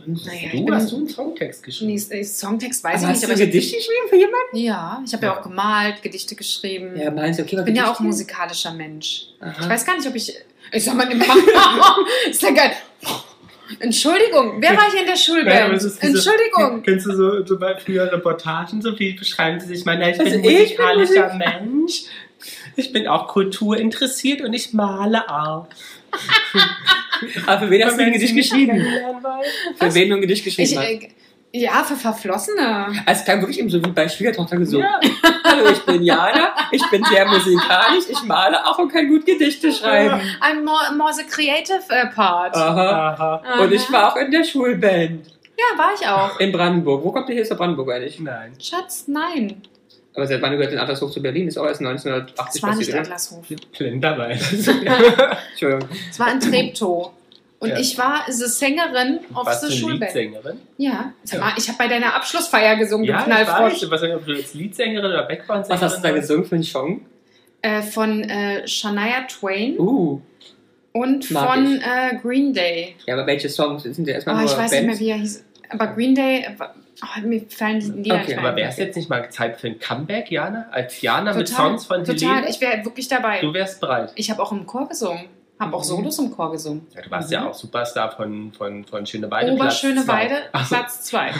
[SPEAKER 2] Naja, ich
[SPEAKER 4] Du
[SPEAKER 2] bin-
[SPEAKER 4] hast du einen Songtext geschrieben?
[SPEAKER 2] Nee, Songtext
[SPEAKER 1] Aber
[SPEAKER 2] weiß ich
[SPEAKER 1] hast
[SPEAKER 2] nicht.
[SPEAKER 1] du
[SPEAKER 2] Aber
[SPEAKER 1] ein
[SPEAKER 2] ich,
[SPEAKER 1] Gedicht geschrieben für jemanden?
[SPEAKER 2] ja, ich habe ja. auch gemalt, Gedichte geschrieben.
[SPEAKER 1] Ja, meinst du, okay,
[SPEAKER 2] ich bin ja auch musikalischer Mensch. Ich
[SPEAKER 1] Aha.
[SPEAKER 2] weiß gar nicht, ob ich. Ich sag mal, ist ja geil. Entschuldigung, wer war ich in der
[SPEAKER 4] Naja, aber
[SPEAKER 2] Schulband?
[SPEAKER 4] es ist diese-
[SPEAKER 2] Entschuldigung.
[SPEAKER 4] Kennst du so, so bei früher Reportagen, so viel beschreiben sie sich mal, na, ich
[SPEAKER 1] Also
[SPEAKER 4] bin
[SPEAKER 1] ich bin
[SPEAKER 4] musikalischer Mensch. Ich bin auch kulturinteressiert und ich male auch.
[SPEAKER 1] Aber für wen hast du ein
[SPEAKER 4] Wenn Sie
[SPEAKER 1] Gedicht
[SPEAKER 4] mich
[SPEAKER 1] geschrieben?
[SPEAKER 4] kennenlernen wollen.
[SPEAKER 1] Für wen du ein Gedicht
[SPEAKER 2] Ich,
[SPEAKER 1] geschrieben hast?
[SPEAKER 2] äh, ja, für Verflossene.
[SPEAKER 1] Also es klang wirklich eben so wie bei Schwiegertochter gesungen.
[SPEAKER 4] Ja.
[SPEAKER 1] Hallo, ich bin Jana, ich bin sehr musikalisch, ich male auch und kann gut Gedichte schreiben.
[SPEAKER 2] I'm more, more the creative äh, part.
[SPEAKER 4] Ah,
[SPEAKER 1] Aha.
[SPEAKER 4] Aha.
[SPEAKER 2] Aha.
[SPEAKER 1] Und ich war auch in der Schulband
[SPEAKER 2] Ja, war ich auch.
[SPEAKER 1] in Brandenburg. Wo kommt ihr hier aus Brandenburg eigentlich?
[SPEAKER 4] Nein.
[SPEAKER 2] Schatz, nein.
[SPEAKER 1] Aber seit wann gehört denn Atlashof zu Berlin? Ist auch erst
[SPEAKER 2] Es
[SPEAKER 1] 1980
[SPEAKER 2] war nicht
[SPEAKER 1] passiert, oder?
[SPEAKER 2] Adlershof.
[SPEAKER 4] Plinderwein.
[SPEAKER 1] Entschuldigung.
[SPEAKER 2] Es war in Treptow. Und
[SPEAKER 4] Ja.
[SPEAKER 2] ich war the Sängerin auf
[SPEAKER 4] Warst
[SPEAKER 2] the
[SPEAKER 4] du
[SPEAKER 2] Schulband.
[SPEAKER 4] Liedsängerin?
[SPEAKER 2] Ja. Sag
[SPEAKER 4] Ja.
[SPEAKER 2] mal, ich habe bei deiner Abschlussfeier gesungen, du
[SPEAKER 4] Ja, ich weiß.
[SPEAKER 2] Knallfrosch.
[SPEAKER 4] Ich weiß nicht, ob du jetzt Liedsängerin oder Background-Sängerin
[SPEAKER 1] Um Was hast du da gesungen für einen Song?
[SPEAKER 2] Äh, von äh, Shania Twain
[SPEAKER 1] Uh.
[SPEAKER 2] und
[SPEAKER 1] mag
[SPEAKER 2] von
[SPEAKER 1] ich.
[SPEAKER 2] äh, Green Day.
[SPEAKER 1] Ja, aber welche Songs sind ja erstmal
[SPEAKER 2] Oh,
[SPEAKER 1] nur
[SPEAKER 2] ich weiß nicht mehr,
[SPEAKER 1] Bands?
[SPEAKER 2] wie er hieß. Aber Green Day, äh, war- oh, mir fallen die Lieder
[SPEAKER 1] Okay,
[SPEAKER 2] nicht mehr
[SPEAKER 4] Aber
[SPEAKER 2] ein.
[SPEAKER 4] wäre es jetzt nicht mal Zeit für ein Comeback, Jana? Als Jana mit
[SPEAKER 2] Total,
[SPEAKER 4] Songs von
[SPEAKER 2] Total,
[SPEAKER 4] Helene?
[SPEAKER 2] ich wäre wirklich dabei.
[SPEAKER 4] Du wärst bereit.
[SPEAKER 2] Ich habe auch im Chor gesungen. Habe auch
[SPEAKER 1] Mhm.
[SPEAKER 2] Solos im Chor gesungen.
[SPEAKER 4] Ja, du warst
[SPEAKER 2] Mhm.
[SPEAKER 4] ja auch Superstar von, von, von Schöneweide. Platz
[SPEAKER 2] Oberschöneweide,
[SPEAKER 4] zwei. Ach so.
[SPEAKER 2] Platz 2.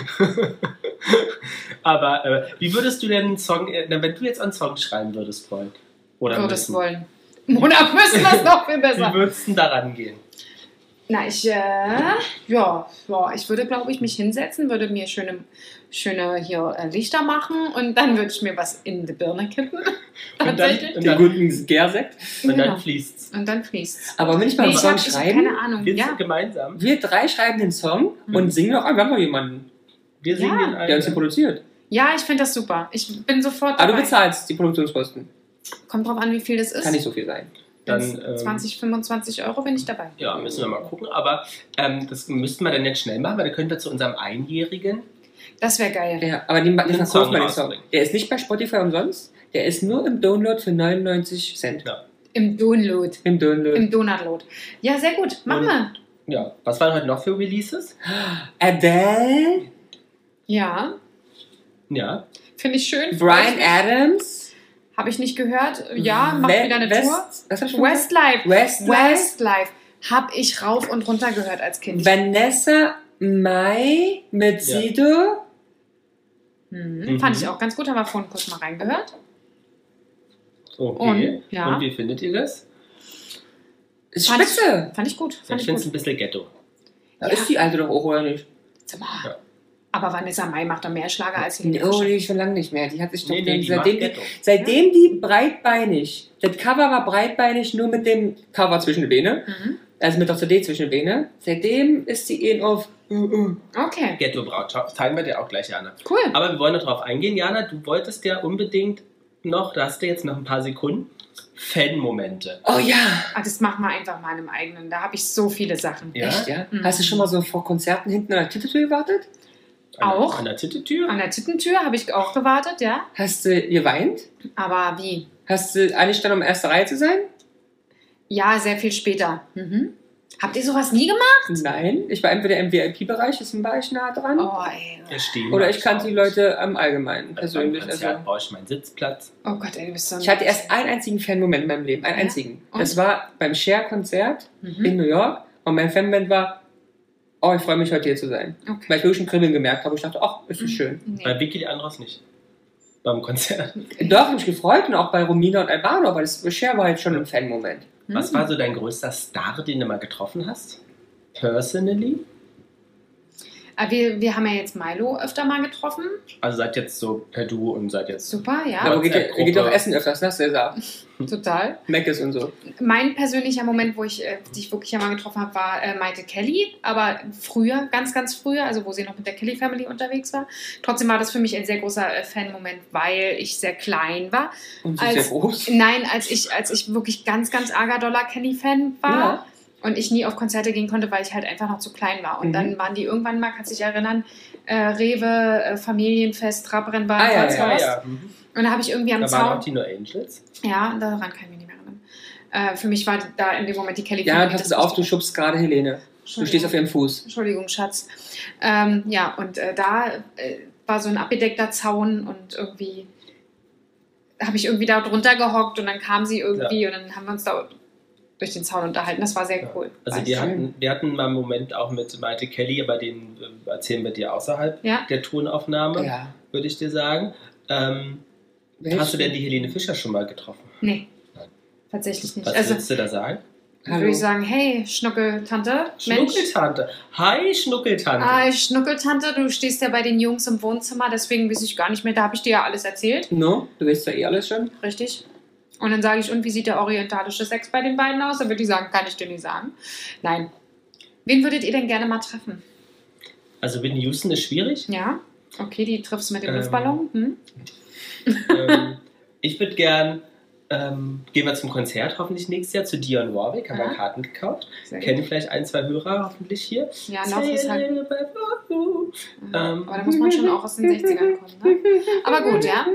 [SPEAKER 4] Aber äh, wie würdest du denn einen Song, äh, na, wenn du jetzt einen Song schreiben würdest, Paul? Oder
[SPEAKER 2] Würdest
[SPEAKER 4] müssen,
[SPEAKER 2] wollen. Also- Mona, müssen wir es noch viel besser.
[SPEAKER 4] Wie würdest du da rangehen?
[SPEAKER 2] Na, ich, äh, ja, ja, ich würde, glaube ich, mich hinsetzen, würde mir schöne, schöne hier äh, Lichter machen und dann würde ich mir was in die Birne kippen.
[SPEAKER 4] dann-
[SPEAKER 2] Tatsächlich.
[SPEAKER 1] Den guten Gersekt.
[SPEAKER 4] Und
[SPEAKER 2] Genau.
[SPEAKER 4] dann fließt's.
[SPEAKER 2] Und dann fließt
[SPEAKER 1] Aber wenn ich mal einen
[SPEAKER 2] ich
[SPEAKER 1] Song
[SPEAKER 2] habe hab
[SPEAKER 1] schreiben,
[SPEAKER 2] keine Ahnung.
[SPEAKER 4] Wir
[SPEAKER 2] Ähm, Ja,
[SPEAKER 4] sind gemeinsam.
[SPEAKER 1] wir drei schreiben den Song
[SPEAKER 2] Mhm.
[SPEAKER 1] und singen auch einfach mal jemanden,
[SPEAKER 4] Wir
[SPEAKER 2] Ja.
[SPEAKER 4] singen den
[SPEAKER 1] der uns den
[SPEAKER 4] einen.
[SPEAKER 1] produziert.
[SPEAKER 2] ja ich finde das super. Ich bin sofort
[SPEAKER 1] Aber du
[SPEAKER 2] dabei.
[SPEAKER 1] bezahlst die Produktionskosten.
[SPEAKER 2] Kommt drauf an, wie viel das ist.
[SPEAKER 1] Kann nicht so viel sein.
[SPEAKER 4] Dann, ähm,
[SPEAKER 2] 20, 25 Euro bin ich dabei.
[SPEAKER 4] Ja, müssen wir mal gucken. Aber ähm, das müssten wir dann jetzt schnell machen, weil wir können da zu unserem Einjährigen.
[SPEAKER 2] Das wäre geil.
[SPEAKER 1] Ja, aber den, den
[SPEAKER 4] Den
[SPEAKER 1] verkauft
[SPEAKER 4] Song
[SPEAKER 1] man den Song.
[SPEAKER 4] rausbringen.
[SPEAKER 1] Der ist nicht bei Spotify umsonst. Der ist nur im Download für 99 Cent.
[SPEAKER 2] Im Download.
[SPEAKER 1] Im Download.
[SPEAKER 2] Im Donutload. Ja, sehr gut. Machen wir.
[SPEAKER 4] Ja. Was waren heute noch für Releases?
[SPEAKER 1] Adele,
[SPEAKER 2] Ja,
[SPEAKER 4] Ja.
[SPEAKER 2] finde ich schön.
[SPEAKER 1] Brian Adams,
[SPEAKER 2] Habe ich nicht gehört. Ja, macht
[SPEAKER 1] We-
[SPEAKER 2] wieder eine
[SPEAKER 1] West,
[SPEAKER 2] Tour.
[SPEAKER 1] Was hab ich schon gesagt?
[SPEAKER 2] Westlife.
[SPEAKER 1] Westlife,
[SPEAKER 2] Westlife habe ich rauf und runter gehört als Kind.
[SPEAKER 1] Vanessa Mai mit
[SPEAKER 4] Ja.
[SPEAKER 1] Sido.
[SPEAKER 2] Hm,
[SPEAKER 4] Mhm.
[SPEAKER 2] Fand ich auch ganz gut, haben wir vorhin kurz mal reingehört.
[SPEAKER 4] Okay.
[SPEAKER 2] Und, ja.
[SPEAKER 4] Und wie findet ihr das?
[SPEAKER 1] Ist
[SPEAKER 2] Fand
[SPEAKER 1] spitze.
[SPEAKER 2] Fand ich gut. Fand
[SPEAKER 4] ich
[SPEAKER 2] ich
[SPEAKER 4] finde es
[SPEAKER 2] gut.
[SPEAKER 4] ein bisschen ghetto.
[SPEAKER 1] Da
[SPEAKER 2] Ja.
[SPEAKER 1] ist die alte doch auch, oder nicht?
[SPEAKER 2] Sag mal,
[SPEAKER 4] Ja.
[SPEAKER 2] Aber Vanessa Mai macht doch mehr Schlager als Helene
[SPEAKER 1] Oh,
[SPEAKER 2] Fischer.
[SPEAKER 1] die schon lange nicht mehr. Die hat sich doch den-
[SPEAKER 4] die mag
[SPEAKER 1] seitdem, die,
[SPEAKER 4] Ghetto.
[SPEAKER 1] seitdem die breitbeinig, das Cover war breitbeinig, nur mit dem Cover zwischen den Beine,
[SPEAKER 2] Mhm.
[SPEAKER 1] also mit der CD zwischen den Beine. Seitdem ist sie eben auf. Uh, uh.
[SPEAKER 2] Okay,
[SPEAKER 4] Ghetto Braut. Schau, das Zeigen wir dir auch gleich, Jana.
[SPEAKER 2] cool.
[SPEAKER 4] Aber wir wollen noch drauf eingehen, Jana. Du wolltest ja unbedingt noch, da hast du jetzt noch ein paar Sekunden, Fan-Momente.
[SPEAKER 1] Oh ja,
[SPEAKER 2] Ah, das machen wir einfach mal im eigenen. Da habe ich so viele Sachen.
[SPEAKER 4] Ja?
[SPEAKER 1] echt, ja?
[SPEAKER 2] Mhm.
[SPEAKER 1] Hast du schon mal so vor Konzerten hinten an der Titeltür gewartet?
[SPEAKER 4] An,
[SPEAKER 2] Auch?
[SPEAKER 4] An der Tittetür.
[SPEAKER 2] An der Tittentür habe ich auch gewartet, ja.
[SPEAKER 1] Hast du geweint?
[SPEAKER 2] Aber wie?
[SPEAKER 1] Hast du eingestellt, um erste Reihe zu sein?
[SPEAKER 2] Ja, sehr viel später. Mhm. Habt ihr sowas nie gemacht?
[SPEAKER 1] Nein, ich war entweder im VIP-Bereich, deswegen war ich nah dran.
[SPEAKER 2] Oh, ey.
[SPEAKER 4] Wir stehen
[SPEAKER 1] Oder
[SPEAKER 4] mal
[SPEAKER 1] ich kannte die
[SPEAKER 4] drauf.
[SPEAKER 1] Leute im Allgemeinen,
[SPEAKER 4] Also beim
[SPEAKER 1] persönlich.
[SPEAKER 4] Konzert
[SPEAKER 1] Also.
[SPEAKER 4] brauche ich meinen Sitzplatz.
[SPEAKER 2] Oh Gott, ey, du bist so ein...
[SPEAKER 1] Ich hatte erst einen einzigen Fan-Moment in meinem Leben, einen
[SPEAKER 2] Ja?
[SPEAKER 1] einzigen.
[SPEAKER 2] Und?
[SPEAKER 1] Das war beim Cher-Konzert in
[SPEAKER 2] Mhm.
[SPEAKER 1] New York und mein Fanband war, oh, ich freue mich, heute hier zu sein.
[SPEAKER 2] Okay.
[SPEAKER 1] Weil ich wirklich ein Kribbeln gemerkt habe. Ich dachte, ach, ist das schön.
[SPEAKER 2] Nee.
[SPEAKER 4] Bei Vicky Andros nicht. Beim Konzert.
[SPEAKER 1] Doch, habe mich gefreut und auch bei Romina und Albano, weil das Cher war halt schon ein Fan-Moment.
[SPEAKER 4] Was
[SPEAKER 2] Mhm.
[SPEAKER 4] war so dein größter Star, den du mal getroffen hast? Personally?
[SPEAKER 2] Aber Ah, wir, wir haben ja jetzt Milo öfter mal getroffen.
[SPEAKER 4] Also seid jetzt so per Du und seid jetzt.
[SPEAKER 2] Super, ja.
[SPEAKER 1] Aber geht, ihr-
[SPEAKER 4] WhatsApp-Gruppe.
[SPEAKER 1] ihr geht doch essen öfters, ne? Cäsar?
[SPEAKER 2] Total.
[SPEAKER 1] Meckes und so.
[SPEAKER 2] Mein persönlicher Moment, wo ich äh, dich wirklich einmal getroffen habe, war äh, Maite Kelly, aber früher, ganz, ganz früher, also wo sie noch mit der Kelly Family unterwegs war. Trotzdem war das für mich ein sehr großer äh, Fan-Moment, weil ich sehr klein war.
[SPEAKER 1] Und sie ist
[SPEAKER 2] Als-
[SPEAKER 1] sehr groß.
[SPEAKER 2] Nein, als ich, als ich wirklich ganz, ganz arger Dollar Kelly-Fan war.
[SPEAKER 1] Ja.
[SPEAKER 2] Und ich nie auf Konzerte gehen konnte, weil ich halt einfach noch zu klein war. Und
[SPEAKER 1] Mhm.
[SPEAKER 2] dann waren die irgendwann mal, kannst du dich erinnern, äh, Rewe, äh, Familienfest, Trabrennbahn,
[SPEAKER 1] Ah, ja,
[SPEAKER 2] Holzhaus.
[SPEAKER 4] Mhm.
[SPEAKER 2] Und da habe ich irgendwie am
[SPEAKER 4] Da waren
[SPEAKER 2] Zaun.
[SPEAKER 4] auch Tino Angels.
[SPEAKER 2] Ja, daran kann ich mich nicht mehr erinnern. Äh, für mich war da in dem Moment die Kelly
[SPEAKER 1] Ja,
[SPEAKER 2] Family
[SPEAKER 1] pass
[SPEAKER 2] das
[SPEAKER 1] auf, du schubst gerade Helene. Du
[SPEAKER 2] Entschuldigung.
[SPEAKER 1] stehst auf ihrem Fuß.
[SPEAKER 2] Entschuldigung, Schatz. Ähm, ja, und äh, da äh, war so ein abgedeckter Zaun und irgendwie habe ich irgendwie da drunter gehockt und dann kam sie irgendwie und dann haben wir uns da durch den Zaun unterhalten. Das war sehr
[SPEAKER 4] Ja.
[SPEAKER 2] cool.
[SPEAKER 4] Also
[SPEAKER 2] Weiß
[SPEAKER 4] wir
[SPEAKER 2] ich.
[SPEAKER 4] hatten, wir hatten mal einen Moment auch mit Maite Kelly, aber den äh, erzählen wir dir außerhalb
[SPEAKER 2] Ja.
[SPEAKER 4] der Tonaufnahme,
[SPEAKER 1] Ja.
[SPEAKER 4] würde ich dir sagen. Ähm, hast du denn die Helene Fischer schon mal getroffen?
[SPEAKER 2] Nee, tatsächlich nicht.
[SPEAKER 4] Was
[SPEAKER 2] also
[SPEAKER 4] willst du da sagen?
[SPEAKER 2] würde ich sagen, hey, Schnuckeltante, Mensch.
[SPEAKER 4] Schnuckeltante. Hi, Schnuckeltante.
[SPEAKER 2] Ah, Schnuckeltante, du stehst ja bei den Jungs im Wohnzimmer, deswegen weiß ich gar nicht mehr, da habe ich dir ja alles erzählt.
[SPEAKER 1] No, du weißt ja eh alles schon.
[SPEAKER 2] Richtig. Und dann sage ich, und wie sieht der orientalische Sex bei den beiden aus? Dann würde ich sagen, kann ich dir nicht sagen. Nein. Wen würdet ihr denn gerne mal treffen?
[SPEAKER 4] Also Whitney Houston ist schwierig.
[SPEAKER 2] Ja? Okay, die triffst du mit dem
[SPEAKER 4] Ähm.
[SPEAKER 2] Luftballon. Hm?
[SPEAKER 4] ähm, ich würde gern, ähm, gehen wir zum Konzert hoffentlich nächstes Jahr zu Dion Warwick, haben
[SPEAKER 2] Aha.
[SPEAKER 4] wir Karten gekauft.
[SPEAKER 2] Sehr gut.
[SPEAKER 4] Kennen vielleicht ein, zwei Hörer hoffentlich hier.
[SPEAKER 2] Ja, Lauf ist halt. Ja,
[SPEAKER 4] Ähm.
[SPEAKER 2] Aber da muss man schon auch aus den 60ern kommen, ne? Aber gut, ja.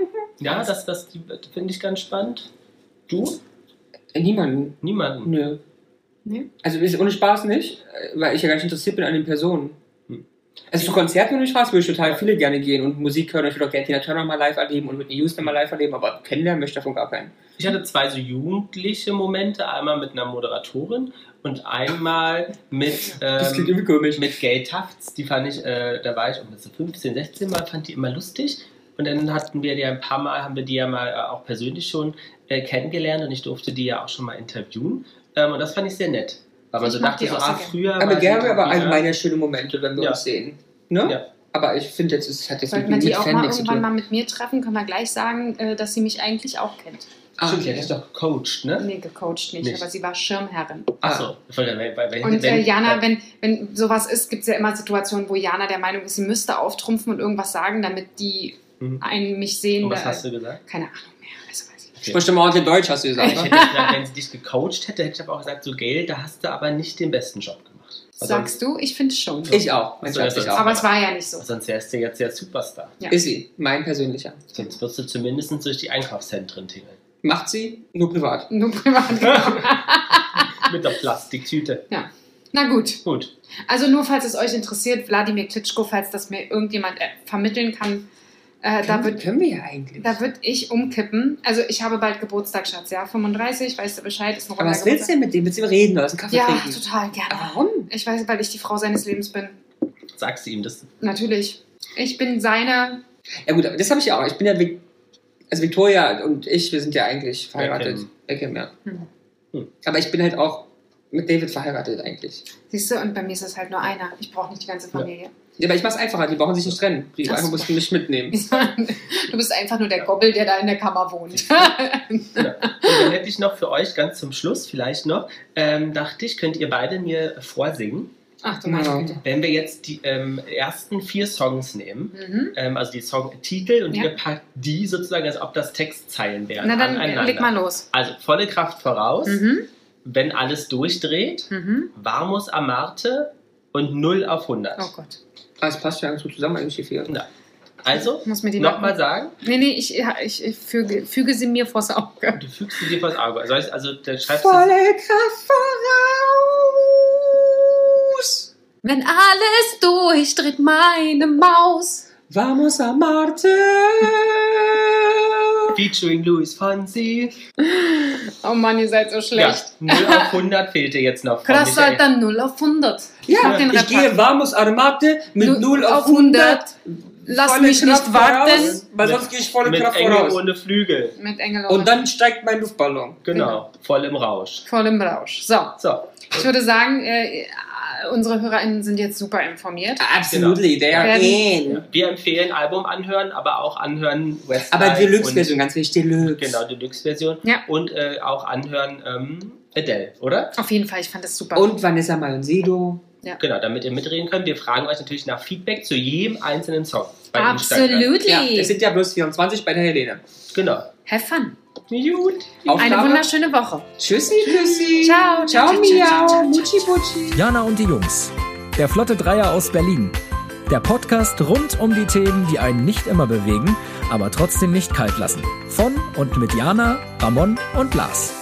[SPEAKER 4] Ja, das, das finde ich ganz spannend. Du?
[SPEAKER 1] Äh, Niemanden.
[SPEAKER 4] Niemanden.
[SPEAKER 1] Nö.
[SPEAKER 2] Nee.
[SPEAKER 1] Also ist ohne Spaß nicht, äh, weil ich ja gar nicht interessiert bin an den Personen.
[SPEAKER 4] Hm.
[SPEAKER 1] Also zu Konzerten ohne Spaß würde ich total viele gerne gehen und Musik hören. Ich würde auch gerne Tina Turner mal live erleben und mit Houston mal live erleben, aber kennenlernen möchte ich davon gar keinen.
[SPEAKER 4] Ich hatte zwei so jugendliche Momente. Einmal mit einer Moderatorin und einmal mit,
[SPEAKER 1] Das klingt
[SPEAKER 4] ähm,
[SPEAKER 1] irgendwie komisch.
[SPEAKER 4] mit Gay Tafts. Die fand ich, äh, da war ich um so 15, 16 Mal, fand die immer lustig. Und dann hatten wir die ein paar Mal, haben wir die ja mal äh, auch persönlich schon äh, kennengelernt und ich durfte die ja auch schon mal interviewen. Ähm, und das fand ich sehr nett. Weil man
[SPEAKER 2] Ich
[SPEAKER 4] so
[SPEAKER 2] mag
[SPEAKER 4] dachte,
[SPEAKER 2] die
[SPEAKER 4] so,
[SPEAKER 2] auch sehr
[SPEAKER 4] ah,
[SPEAKER 2] gern.
[SPEAKER 4] früher.
[SPEAKER 1] aber
[SPEAKER 4] war sie
[SPEAKER 1] gerne, aber
[SPEAKER 4] irgendwie,
[SPEAKER 1] allgemeine schöne Momente, wenn wir
[SPEAKER 4] Ja.
[SPEAKER 1] uns sehen. Ne?
[SPEAKER 4] Ja.
[SPEAKER 1] Aber ich finde jetzt, es hat jetzt
[SPEAKER 2] Sollten wir die auch mal
[SPEAKER 1] Fan nichts zu
[SPEAKER 2] irgendwann
[SPEAKER 1] tun.
[SPEAKER 2] mal mit mir treffen, können wir gleich sagen, äh, dass sie mich eigentlich auch kennt.
[SPEAKER 1] Ah,
[SPEAKER 4] äh, Stimmt, die hat dich doch gecoacht, ne?
[SPEAKER 2] Ah, Nee, gecoacht nicht,
[SPEAKER 4] Nicht.
[SPEAKER 2] aber sie war Schirmherrin.
[SPEAKER 1] Ah.
[SPEAKER 4] Achso, wenn,
[SPEAKER 2] Und äh, Jana, wenn, wenn sowas ist, gibt es ja immer Situationen, wo Jana der Meinung ist, sie müsste auftrumpfen und irgendwas sagen, damit die
[SPEAKER 4] Mhm.
[SPEAKER 2] einen mich sehen.
[SPEAKER 4] Und was
[SPEAKER 2] äh,
[SPEAKER 4] hast du gesagt?
[SPEAKER 2] Keine Ahnung mehr. Also weiß ich nicht.
[SPEAKER 1] Ich spreche mal ordentlich Deutsch, hast du gesagt.
[SPEAKER 4] Ich
[SPEAKER 1] ne?
[SPEAKER 4] hätte gesagt, wenn sie dich gecoacht hätte, hätte ich aber auch gesagt, so Gail, da hast du aber nicht den besten Job gemacht. Weil
[SPEAKER 2] Sagst du? Ich finde schon.
[SPEAKER 1] Ich auch. Mein
[SPEAKER 4] Also,
[SPEAKER 1] Schatz,
[SPEAKER 4] das
[SPEAKER 1] ich
[SPEAKER 4] ist-
[SPEAKER 1] auch.
[SPEAKER 2] Aber es war ja nicht so.
[SPEAKER 4] Sonst, sonst wärst du jetzt ja Superstar.
[SPEAKER 2] Ja.
[SPEAKER 1] Ist sie, mein persönlicher.
[SPEAKER 4] Sonst wirst du zumindest durch die Einkaufszentren tingeln.
[SPEAKER 1] Macht sie nur privat.
[SPEAKER 2] Nur privat.
[SPEAKER 4] Mit der Plastiktüte.
[SPEAKER 2] Na gut.
[SPEAKER 4] Gut.
[SPEAKER 2] Also nur falls es euch interessiert, Wladimir Klitschko, falls das mir irgendjemand äh, vermitteln kann, äh, da
[SPEAKER 1] Können-
[SPEAKER 2] wird
[SPEAKER 1] können wir ja eigentlich.
[SPEAKER 2] da würd ich umkippen. Also ich habe bald Geburtstag, Schatz, ja, 35, weißt du Bescheid, ist ein
[SPEAKER 1] Aber
[SPEAKER 2] runder
[SPEAKER 1] was willst du denn mit dem? Willst du ihm reden oder ist ein Kaffee
[SPEAKER 2] Ja,
[SPEAKER 1] trinken?
[SPEAKER 2] total gerne.
[SPEAKER 1] Warum?
[SPEAKER 2] Ich weiß, weil ich die Frau seines Lebens bin.
[SPEAKER 4] Sagst du ihm das?
[SPEAKER 2] Natürlich. Ich bin seine.
[SPEAKER 1] Ja gut, aber das habe ich ja auch. Ich bin ja, Vic- also Victoria und ich, wir sind ja eigentlich verheiratet.
[SPEAKER 4] Beckham.
[SPEAKER 1] Beckham, ja.
[SPEAKER 2] Hm.
[SPEAKER 4] Hm.
[SPEAKER 1] Aber ich bin halt auch mit David verheiratet eigentlich.
[SPEAKER 2] Siehst du, und bei mir ist es halt nur einer. Ich brauche nicht die ganze Familie.
[SPEAKER 1] Ja, aber ich mach's einfacher, die brauchen sich nicht trennen. Die
[SPEAKER 2] Ach
[SPEAKER 1] einfach
[SPEAKER 2] so.
[SPEAKER 1] mussten mich mitnehmen.
[SPEAKER 2] Du bist einfach nur der Gobbel, der da in der Kammer wohnt.
[SPEAKER 4] Und dann hätte ich noch für euch ganz zum Schluss vielleicht noch, ähm, dachte ich, könnt ihr beide mir vorsingen,
[SPEAKER 2] Ach du meine
[SPEAKER 1] Ja.
[SPEAKER 2] Güte.
[SPEAKER 4] wenn wir jetzt die ähm, ersten vier Songs nehmen,
[SPEAKER 2] Mhm.
[SPEAKER 4] ähm, also die Songtitel und
[SPEAKER 2] Ja.
[SPEAKER 4] ihr packt die sozusagen, als ob das Textzeilen wären.
[SPEAKER 2] Na dann
[SPEAKER 4] aneinander.
[SPEAKER 2] leg mal los.
[SPEAKER 4] Also volle Kraft voraus,
[SPEAKER 2] Mhm.
[SPEAKER 4] wenn alles durchdreht,
[SPEAKER 2] Mhm.
[SPEAKER 4] Varmus Amarte und 0 auf 100.
[SPEAKER 2] Oh Gott.
[SPEAKER 1] Aber Ah, es passt ja ganz gut zusammen eigentlich die vier.
[SPEAKER 4] Also,
[SPEAKER 2] Ich muss mir die
[SPEAKER 4] nochmal
[SPEAKER 2] merken.
[SPEAKER 4] sagen,
[SPEAKER 2] Nee, nee, ich, ja, ich, ich füge, füge sie mir vors Auge.
[SPEAKER 4] du fügst sie dir vors Auge. Soll ich, also, dann schreibst du
[SPEAKER 1] Volle Kraft voraus!
[SPEAKER 2] Wenn alles durchdreht, meine Maus.
[SPEAKER 1] Vamos a Marte!
[SPEAKER 4] featuring Louis Fonsi.
[SPEAKER 2] Oh Mann, ihr seid so schlecht.
[SPEAKER 4] Ja, 0 auf 100 fehlt dir jetzt noch. von
[SPEAKER 2] Krass,
[SPEAKER 4] Michael.
[SPEAKER 2] halt dann 0 auf 100.
[SPEAKER 1] Ja,
[SPEAKER 2] den
[SPEAKER 1] ich
[SPEAKER 2] Rap
[SPEAKER 1] gehe Vamos a Marte mit 0 auf 100.
[SPEAKER 2] Lass
[SPEAKER 1] Volle
[SPEAKER 2] mich nicht
[SPEAKER 1] Kraft
[SPEAKER 2] warten.
[SPEAKER 1] voraus, weil sonst gehe ich volle
[SPEAKER 4] Mit
[SPEAKER 1] Kraft
[SPEAKER 4] Engel
[SPEAKER 1] voraus.
[SPEAKER 4] ohne Flügel.
[SPEAKER 2] Mit Engel
[SPEAKER 1] Und dann steigt mein Luftballon.
[SPEAKER 4] Genau, voll im Rausch.
[SPEAKER 2] Voll im Rausch. So,
[SPEAKER 4] So,
[SPEAKER 2] ich würde sagen, äh, unsere HörerInnen sind jetzt super informiert.
[SPEAKER 1] Absolutely, they are in.
[SPEAKER 4] Wir empfehlen Album anhören, aber auch anhören Westlife.
[SPEAKER 1] Aber Deluxe-Version,
[SPEAKER 4] und-
[SPEAKER 1] ganz wichtig, Deluxe.
[SPEAKER 4] Genau, Deluxe-Version.
[SPEAKER 2] Ja.
[SPEAKER 4] Und äh, auch anhören ähm, Adele, oder?
[SPEAKER 2] Auf jeden Fall, ich fand das super.
[SPEAKER 1] Und Vanessa Mai und Sido.
[SPEAKER 4] Genau, damit ihr mitreden könnt. Wir fragen euch natürlich nach Feedback zu jedem einzelnen Song. bei Instagram.
[SPEAKER 2] Absolutely.
[SPEAKER 1] Ja, es sind ja bloß 24 bei der Helene.
[SPEAKER 4] Genau.
[SPEAKER 2] Have fun.
[SPEAKER 4] Gut.
[SPEAKER 2] Eine
[SPEAKER 1] Aufgabe?
[SPEAKER 2] wunderschöne Woche.
[SPEAKER 1] Tschüssi, Küssi.
[SPEAKER 2] Ciao,
[SPEAKER 1] ciao,
[SPEAKER 2] ciao, ciao, ciao,
[SPEAKER 1] miau.
[SPEAKER 2] ciao,
[SPEAKER 1] Mutschi, Mutschi.
[SPEAKER 3] Jana und die Jungs. Der Flotte Dreier aus Berlin. Der Podcast rund um die Themen, die einen nicht immer bewegen, aber trotzdem nicht kalt lassen. Von und mit Jana, Ramon und Lars.